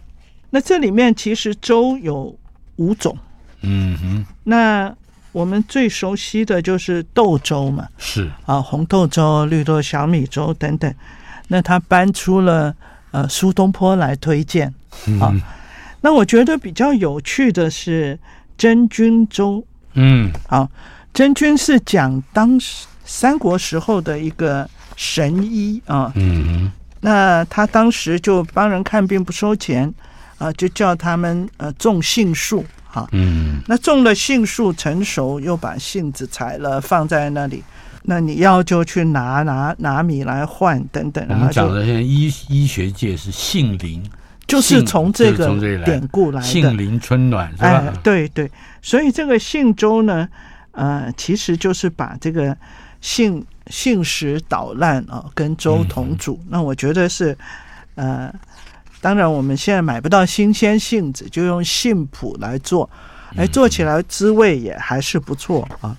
Speaker 3: 那这里面其实粥有五种，
Speaker 2: 嗯哼，
Speaker 3: 那我们最熟悉的就是豆粥嘛，
Speaker 2: 是
Speaker 3: 啊，红豆粥、绿豆小米粥等等。那他搬出了呃苏东坡来推荐，啊
Speaker 2: 嗯
Speaker 3: 那我觉得比较有趣的是真菌粥
Speaker 2: 嗯
Speaker 3: 啊，真菌是讲当时三国时候的一个神医啊，
Speaker 2: 嗯哼
Speaker 3: 那他当时就帮人看病不收钱啊，就叫他们呃种杏树啊，
Speaker 2: 嗯
Speaker 3: 那种了杏树成熟，又把杏子采了放在那里，那你要就去拿拿拿米来换等啊等，
Speaker 2: 我
Speaker 3: 然后
Speaker 2: 们讲
Speaker 3: 就
Speaker 2: 的现在医医学界是杏林，
Speaker 3: 就是
Speaker 2: 杏
Speaker 3: 从
Speaker 2: 就
Speaker 3: 这
Speaker 2: 是
Speaker 3: 个
Speaker 2: 从这里来
Speaker 3: 典故来的
Speaker 2: 杏。林春暖是
Speaker 3: 哎
Speaker 2: 吧？，
Speaker 3: 对对，所以这个杏粥呢，呃，其实就是把这个杏杏实捣烂啊、跟粥同煮。
Speaker 2: 嗯
Speaker 3: 那我觉得是，呃，当然我们现在买不到新鲜杏子，就用杏脯来做，
Speaker 2: 嗯
Speaker 3: 哎，做起来滋味也还是不错啊。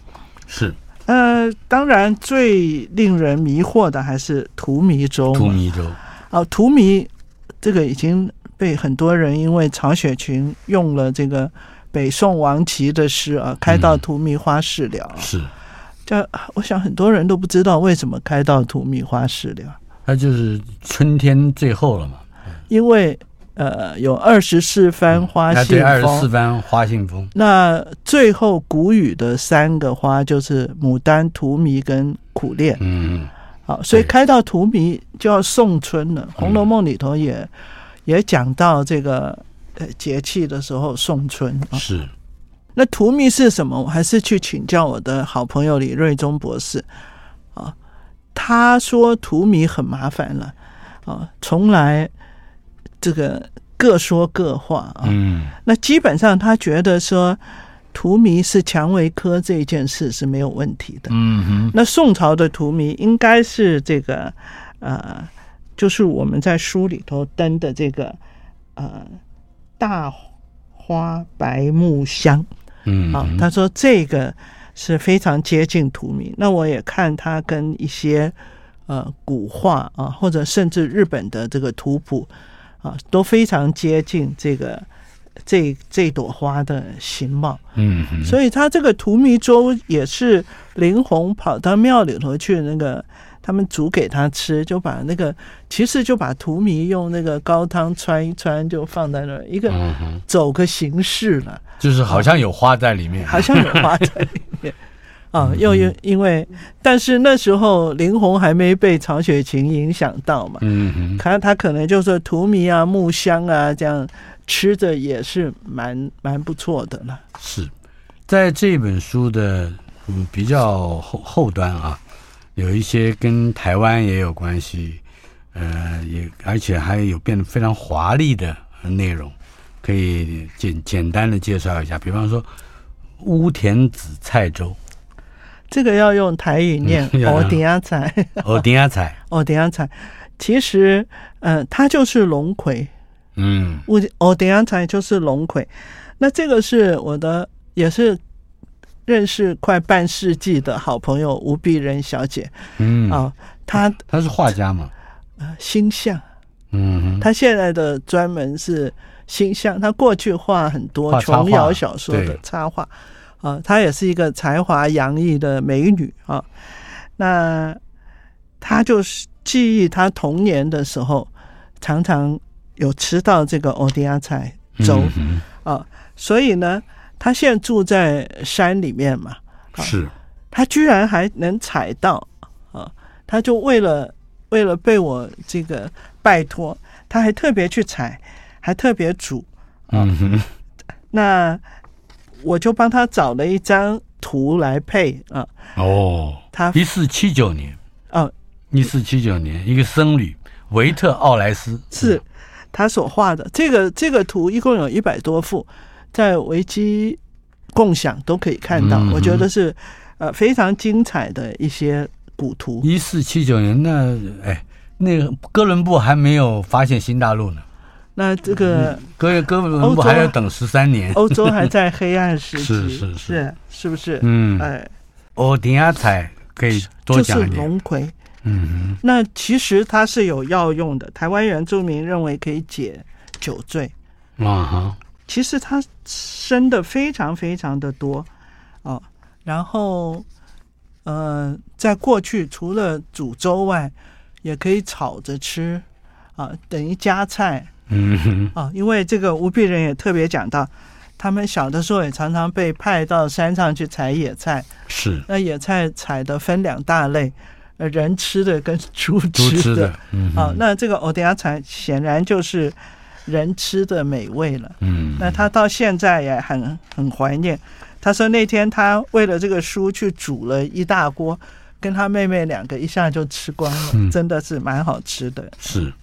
Speaker 2: 是
Speaker 3: 呃，当然最令人迷惑的还是荼蘼粥嘛，
Speaker 2: 荼蘼粥，
Speaker 3: 啊，荼蘼这个已经被很多人因为曹雪芹用了这个北宋王琦的诗啊，开
Speaker 2: 嗯
Speaker 3: 到荼蘼花事了啊。
Speaker 2: 是
Speaker 3: 这我想很多人都不知道为什么开到荼蘼花事了，
Speaker 2: 它就是春天最后了嘛。
Speaker 3: 因为呃有二十四番花
Speaker 2: 那
Speaker 3: 信
Speaker 2: 哎对二十四
Speaker 3: 封。
Speaker 2: 番花信封，
Speaker 3: 那最后谷雨的三个花就是牡丹、荼蘼跟苦楝，
Speaker 2: 嗯，
Speaker 3: 好，所以
Speaker 2: 对
Speaker 3: 开到荼蘼就要送春了。《红楼梦》里头也、也讲到这个呃节气的时候送春啊。
Speaker 2: 是
Speaker 3: 那荼蘼是什么？我还是去请教我的好朋友李瑞忠博士啊。他说荼蘼很麻烦了啊，从来这个各说各话啊。
Speaker 2: 嗯
Speaker 3: 那基本上他觉得说荼蘼是蔷薇科这一件事是没有问题的。
Speaker 2: 嗯哼
Speaker 3: 那宋朝的荼蘼应该是这个，呃，就是我们在书里头登的这个，呃，大花白木香
Speaker 2: 嗯
Speaker 3: 啊
Speaker 2: 哼。
Speaker 3: 他说这个是非常接近荼蘼。那我也看他跟一些呃古画啊，或者甚至日本的这个图谱啊，都非常接近这个这这朵花的形貌。
Speaker 2: 嗯哼
Speaker 3: 所以他这个荼蘼粥也是林红跑到庙里头去，那个他们煮给他吃，就把那个其实就把荼蘼用那个高汤穿一穿，就放在那儿，一个
Speaker 2: 嗯哼，
Speaker 3: 走个形式了，
Speaker 2: 就是好像有花在里面，
Speaker 3: 好像有花在里面。啊，又
Speaker 2: 嗯
Speaker 3: 因因为，但是那时候林红还没被曹雪芹影响到嘛，
Speaker 2: 嗯哼
Speaker 3: 他他可能就是荼蘼啊、木香啊这样吃着也是蛮蛮不错的了。
Speaker 2: 是在这本书的嗯比较后后端啊，有一些跟台湾也有关系，呃，也而且还有变得非常华丽的内容，可以简简单的介绍一下，比方说乌田紫菜 粥、
Speaker 3: 这个要用台语念
Speaker 2: 嗯要
Speaker 3: “我底下菜
Speaker 2: 欧丁亚哦菜，”，
Speaker 3: 我底下菜。其实，呃，它就是龙葵，
Speaker 2: 嗯
Speaker 3: 我我底下菜就是龙葵。那这个是我的，也是认识快半世纪的好朋友吴碧仁小姐
Speaker 2: 嗯，
Speaker 3: 啊，她
Speaker 2: 他是画家嘛，
Speaker 3: 呃星象
Speaker 2: 嗯哼，
Speaker 3: 他现在的专门是星象，他过去画很多
Speaker 2: 画插画
Speaker 3: 琼瑶小说的
Speaker 2: 对
Speaker 3: 插画，啊、她也是一个才华洋溢的美女啊。那她就是记忆她童年的时候，常常有吃到这个欧迪亚菜粥啊、
Speaker 2: 嗯
Speaker 3: 所以呢，她现在住在山里面嘛，
Speaker 2: 哼是，
Speaker 3: 他居然还能踩到啊！他就为了为了被我这个拜托，他还特别去踩，还特别煮。
Speaker 2: 嗯哼，
Speaker 3: 那我就帮他找了一张图来配啊。
Speaker 2: 哦，
Speaker 3: 他
Speaker 2: 一四七九年，
Speaker 3: 哦
Speaker 2: 一四七九年，一个僧侣维特奥莱斯
Speaker 3: 是他所画的这个这个图，一共有一百多幅，在维基共享都可以看到。
Speaker 2: 嗯哼
Speaker 3: 我觉得是呃非常精彩的一些古图。
Speaker 2: 一四七九年，那哎，那个哥伦布还没有发现新大陆呢，
Speaker 3: 那这
Speaker 2: 嗯
Speaker 3: 个
Speaker 2: 哥哥伦
Speaker 3: 欧
Speaker 2: 布
Speaker 3: 洲
Speaker 2: 还要等十三 年。
Speaker 3: 欧洲还在黑暗时期，
Speaker 2: 是是是
Speaker 3: 是是不是？
Speaker 2: 嗯，
Speaker 3: 哎。
Speaker 2: 欧迪亚彩可以多
Speaker 3: 就是
Speaker 2: 讲一点。
Speaker 3: 龙葵。
Speaker 2: 嗯
Speaker 3: 那其实它是有药用的，台湾原住民认为可以解酒醉。
Speaker 2: 哼，啊哈，
Speaker 3: 其实它生的非常非常的多哦，然后呃，在过去除了煮粥外，也可以炒着吃啊，等于加菜
Speaker 2: 嗯哼，
Speaker 3: 啊。因为这个吴必人也特别讲到，他们小的时候也常常被派到山上去采野菜，
Speaker 2: 是
Speaker 3: 那野菜采的分两大类，呃，人吃的跟猪
Speaker 2: 猪吃
Speaker 3: 吃的。
Speaker 2: 的，嗯
Speaker 3: 啊，
Speaker 2: 哼，
Speaker 3: 那这个欧迪亚菜显然就是人吃的美味了。
Speaker 2: 嗯，
Speaker 3: 那他到现在也很很怀念。他说那天他为了这个书去煮了一大锅，跟他妹妹两个一下就吃光了，
Speaker 2: 嗯
Speaker 3: 真的是蛮好吃的。
Speaker 2: 是。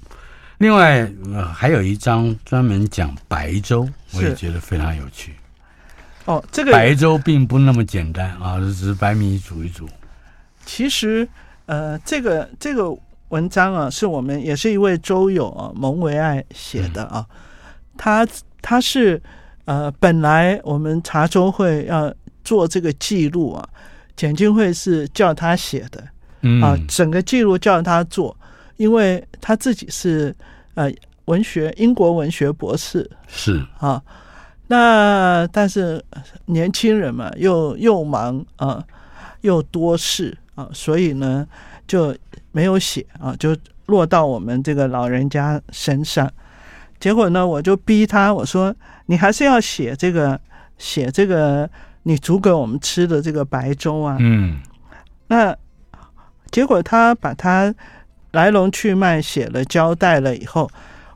Speaker 2: 另外，呃，还有一张专门讲白粥，我也
Speaker 3: 是
Speaker 2: 觉得非常有趣。
Speaker 3: 哦，这个
Speaker 2: 白粥并不那么简单啊，只是白米煮一煮。
Speaker 3: 其实呃，这个这个文章啊，是我们也是一位周友啊蒙维爱写的啊，他他是呃，本来我们茶州会要做这个记录啊，简进会是叫他写的
Speaker 2: 嗯，
Speaker 3: 啊、整个记录叫他做，因为他自己是呃文学英国文学博士
Speaker 2: 是，
Speaker 3: 啊。那但是呃年轻人嘛，又又忙啊，又多事啊，所以呢就没有写啊，就落到我们这个老人家身上。结果呢，我就逼他，我说你还是要写这个，写这个你煮给我们吃的这个白粥啊。
Speaker 2: 嗯，
Speaker 3: 那结果他把他来龙去脉写了交代了以后，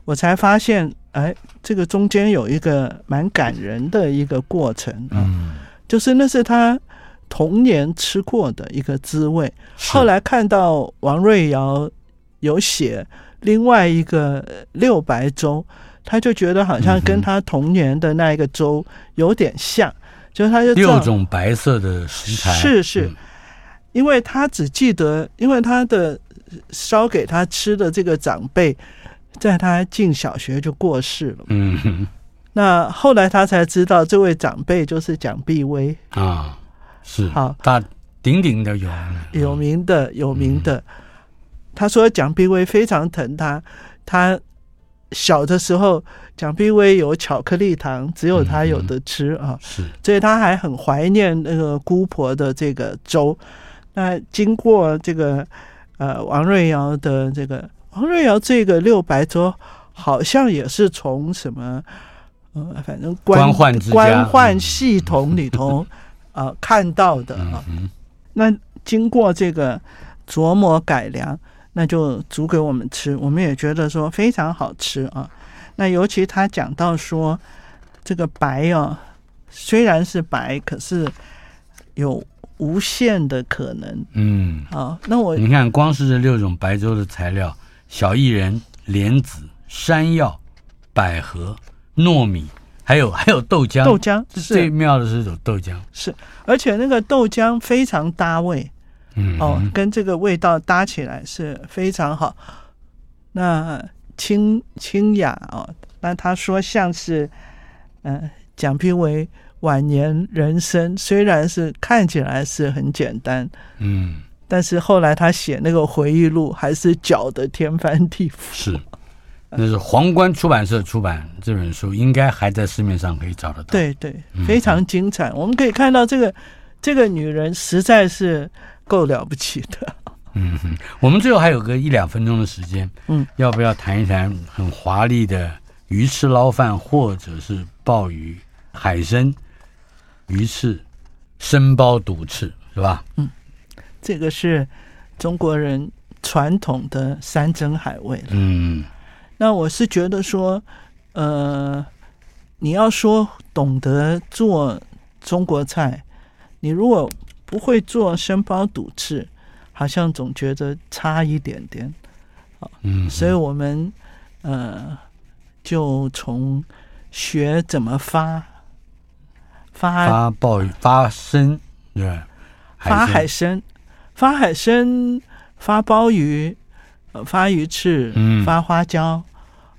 Speaker 3: 我才发现，哎，这个中间有一个蛮感人的一个过程啊，
Speaker 2: 嗯，
Speaker 3: 就是那是他童年吃过的一个滋味。
Speaker 2: 是
Speaker 3: 后来看到王瑞瑶有写另外一个呃六白粥，他就觉得好像
Speaker 2: 嗯哼
Speaker 3: 跟他童年的那一个粥有点像，就是他就知道
Speaker 2: 六种白色的食材
Speaker 3: 是是，
Speaker 2: 嗯
Speaker 3: 因为他只记得，因为他的呃烧给他吃的这个长辈，在他进小学就过世了。
Speaker 2: 嗯嗯
Speaker 3: 那后来他才知道，这位长辈就是蒋碧薇，
Speaker 2: 哼啊，是
Speaker 3: 好
Speaker 2: 大鼎鼎的有啊呢
Speaker 3: 有名的有名的。他说蒋碧薇非常疼他，他小的时候，蒋碧薇有巧克力糖，只有他有的吃啊。
Speaker 2: 是
Speaker 3: 所以他还很怀念那个姑婆的这个粥。那经过这个呃王瑞瑶的这个呃王瑞瑶这个六白粥，好像也是从什么呃反正官
Speaker 2: 官宦之家
Speaker 3: 官宦系统里 头呃看到的
Speaker 2: 嗯
Speaker 3: 啊。那经过这个琢磨改良，那就煮给我们吃，我们也觉得说非常好吃啊。那尤其他讲到说，这个白啊，虽然是白，可是有无限的可能
Speaker 2: 嗯，
Speaker 3: 啊。那我
Speaker 2: 你看，光是这六种白粥的材料：小薏仁、莲子、山药、百合、糯米，还有还有豆浆。
Speaker 3: 豆浆
Speaker 2: 这最
Speaker 3: 是
Speaker 2: 妙的是有豆浆。
Speaker 3: 是，而且那个豆浆非常搭味
Speaker 2: 嗯，
Speaker 3: 哦，跟这个味道搭起来是非常好。那清清雅哦，那他说像是，呃，蒋碧为晚年人生虽然是看起来是很简单，
Speaker 2: 嗯。
Speaker 3: 但是后来他写那个回忆录，还是搅得天翻地覆。
Speaker 2: 是，那是皇冠出版社出版这本书，应该还在市面上可以找得到。，
Speaker 3: 对对，非常精彩。我们可以看到这个这个女人实在是够了不起的。
Speaker 2: 嗯哼，我们最后还有个一两分钟的时间，
Speaker 3: 嗯，
Speaker 2: 要不要谈一谈很华丽的鱼翅捞饭，或者是鲍鱼、海参、鱼翅、生鲍肚翅，是吧？
Speaker 3: 这个是中国人传统的山珍海味了。
Speaker 2: 嗯
Speaker 3: 那我是觉得说，呃，你要说懂得做中国菜，你如果不会做生包肚翅，好像总觉得差一点点。
Speaker 2: 嗯，
Speaker 3: 所以我们呃就从学怎么发发
Speaker 2: 发鲍鱼、发参，对吧，
Speaker 3: 发海
Speaker 2: 参，
Speaker 3: 参，发海参，发鲍鱼，呃，发鱼翅，
Speaker 2: 嗯
Speaker 3: 发花椒，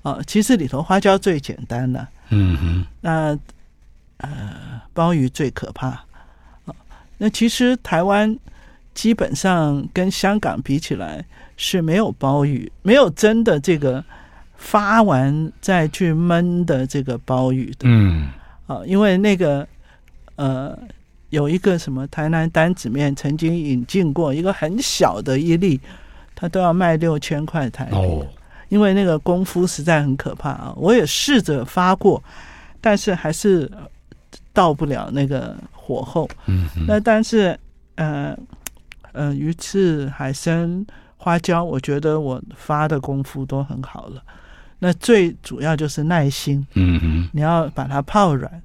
Speaker 3: 呃，其实里头花椒最简单了，
Speaker 2: 嗯哼，
Speaker 3: 那呃鲍鱼最可怕。呃那其实台湾基本上跟香港比起来是没有鲍鱼，没有真的这个发完再去焖的这个鲍鱼的
Speaker 2: 嗯
Speaker 3: 啊、因为那个呃有一个什么台南单子面曾经引进过一个很小的一粒，它都要卖六千块台币。
Speaker 2: 哦，
Speaker 3: 因为那个功夫实在很可怕啊！我也试着发过，但是还是呃到不了那个火候。
Speaker 2: 嗯哼，
Speaker 3: 那但是呃呃，鱼翅、海参、花椒，我觉得我发的功夫都很好了。那最主要就是耐心，
Speaker 2: 嗯哼，
Speaker 3: 你要把它泡软，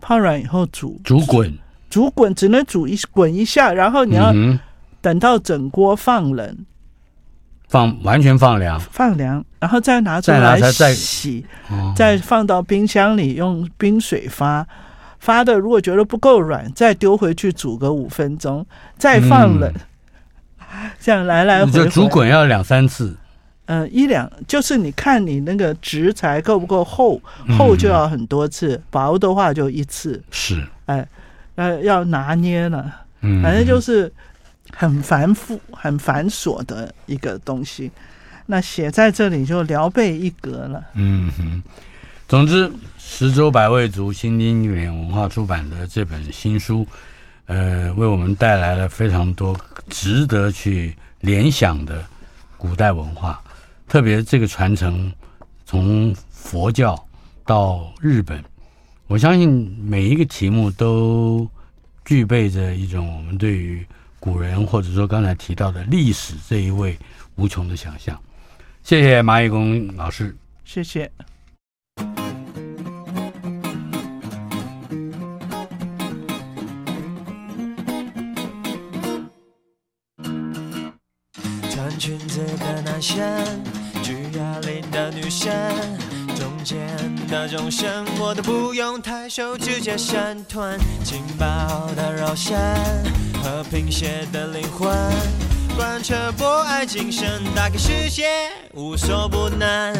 Speaker 3: 泡软以后煮，
Speaker 2: 煮滚，
Speaker 3: 煮滚只能煮一滚一下，然后你要
Speaker 2: 嗯哼
Speaker 3: 等到整锅放冷
Speaker 2: 放完全放凉，
Speaker 3: 放凉，然后再拿出
Speaker 2: 再拿
Speaker 3: 来
Speaker 2: 出来再
Speaker 3: 洗。
Speaker 2: 哦
Speaker 3: 再放到冰箱里用冰水发，发的如果觉得不够软，再丢回去煮个五分钟，再放冷， 这样来来
Speaker 2: 嗯你
Speaker 3: 回
Speaker 2: 这
Speaker 3: 回。
Speaker 2: 煮滚要两三次，
Speaker 3: 嗯、一两就是你看你那个食材够不够厚，
Speaker 2: 嗯
Speaker 3: 厚就要很多次，薄的话就一次，
Speaker 2: 是，
Speaker 3: 哎，呃，要拿捏了，
Speaker 2: 嗯，
Speaker 3: 反正就是很繁复、很繁琐的一个东西。那写在这里就聊备一格了。
Speaker 2: 嗯哼，总之，十洲百味族新经典文化出版的这本新书，呃，为我们带来了非常多值得去联想的古代文化，特别这个传承从佛教到日本，我相信每一个题目都具备着一种我们对于古人或者说刚才提到的历史这一位无穷的想象。谢谢蚂蚁工老师。
Speaker 3: 谢谢。
Speaker 4: 穿裙子的男生，举哑铃的女生，中间的众生，我都不用抬手直接闪团，劲爆的肉身和贫血的灵魂，贯彻博爱精神，打开世界无所不能。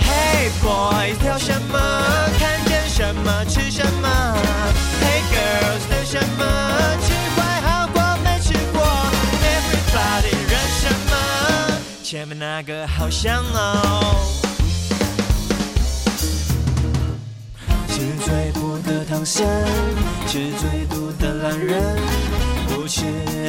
Speaker 4: Hey boys，跳什么？看见什么？吃什么？Hey girls，等什么？吃坏好过没吃过？Everybody，认什么？前面那个好香哦。吃最补的唐僧，吃最毒的懒人，不吃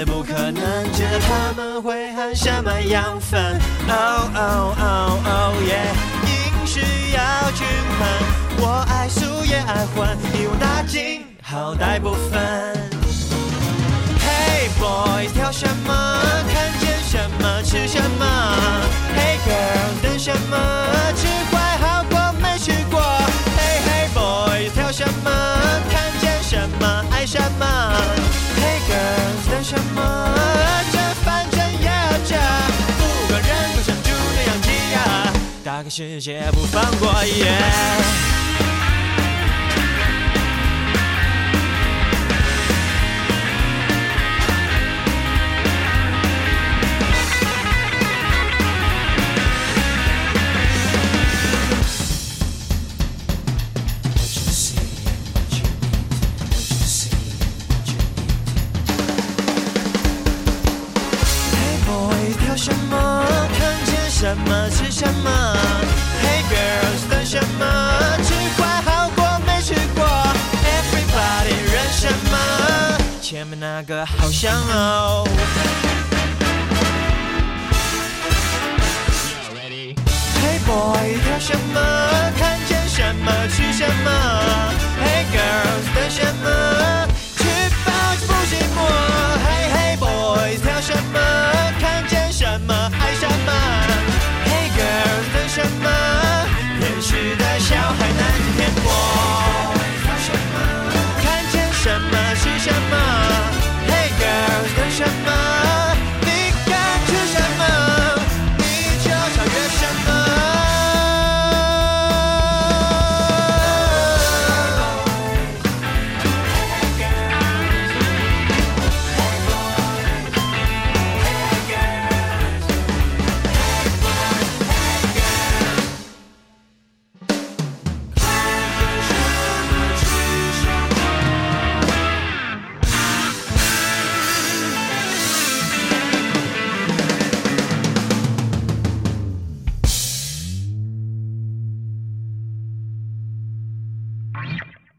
Speaker 4: 不可能，知道他们会含什么养分。哦哦哦哦耶，饮食要均衡，我爱素也爱荤，一网打尽，好歹不分。Hey boys，挑什么？看见什么吃什么？Hey girls，等什么？吃坏好过没吃过。Hey hey boys，挑什么？看见什么爱什么？Hey girls，等什么？这反正也要这，不管人口像猪那样挤压，打开世界不放过。Yeah 挑什么？看见什什么吃什么，Hey girls 等什么？吃坏好过没吃过，Everybody 认什么？前面那个好香哦。Hey boy 跳什么？看见什么吃什么？Hey girls 等什么？吃饱就不寂寞。Hey hey boys 跳什么？看见什么爱什么？Hey girls 等什么？偏执的小孩难骗我。看见什么是什么？Hey girls 等什么？你敢吃什么？你就超越什么？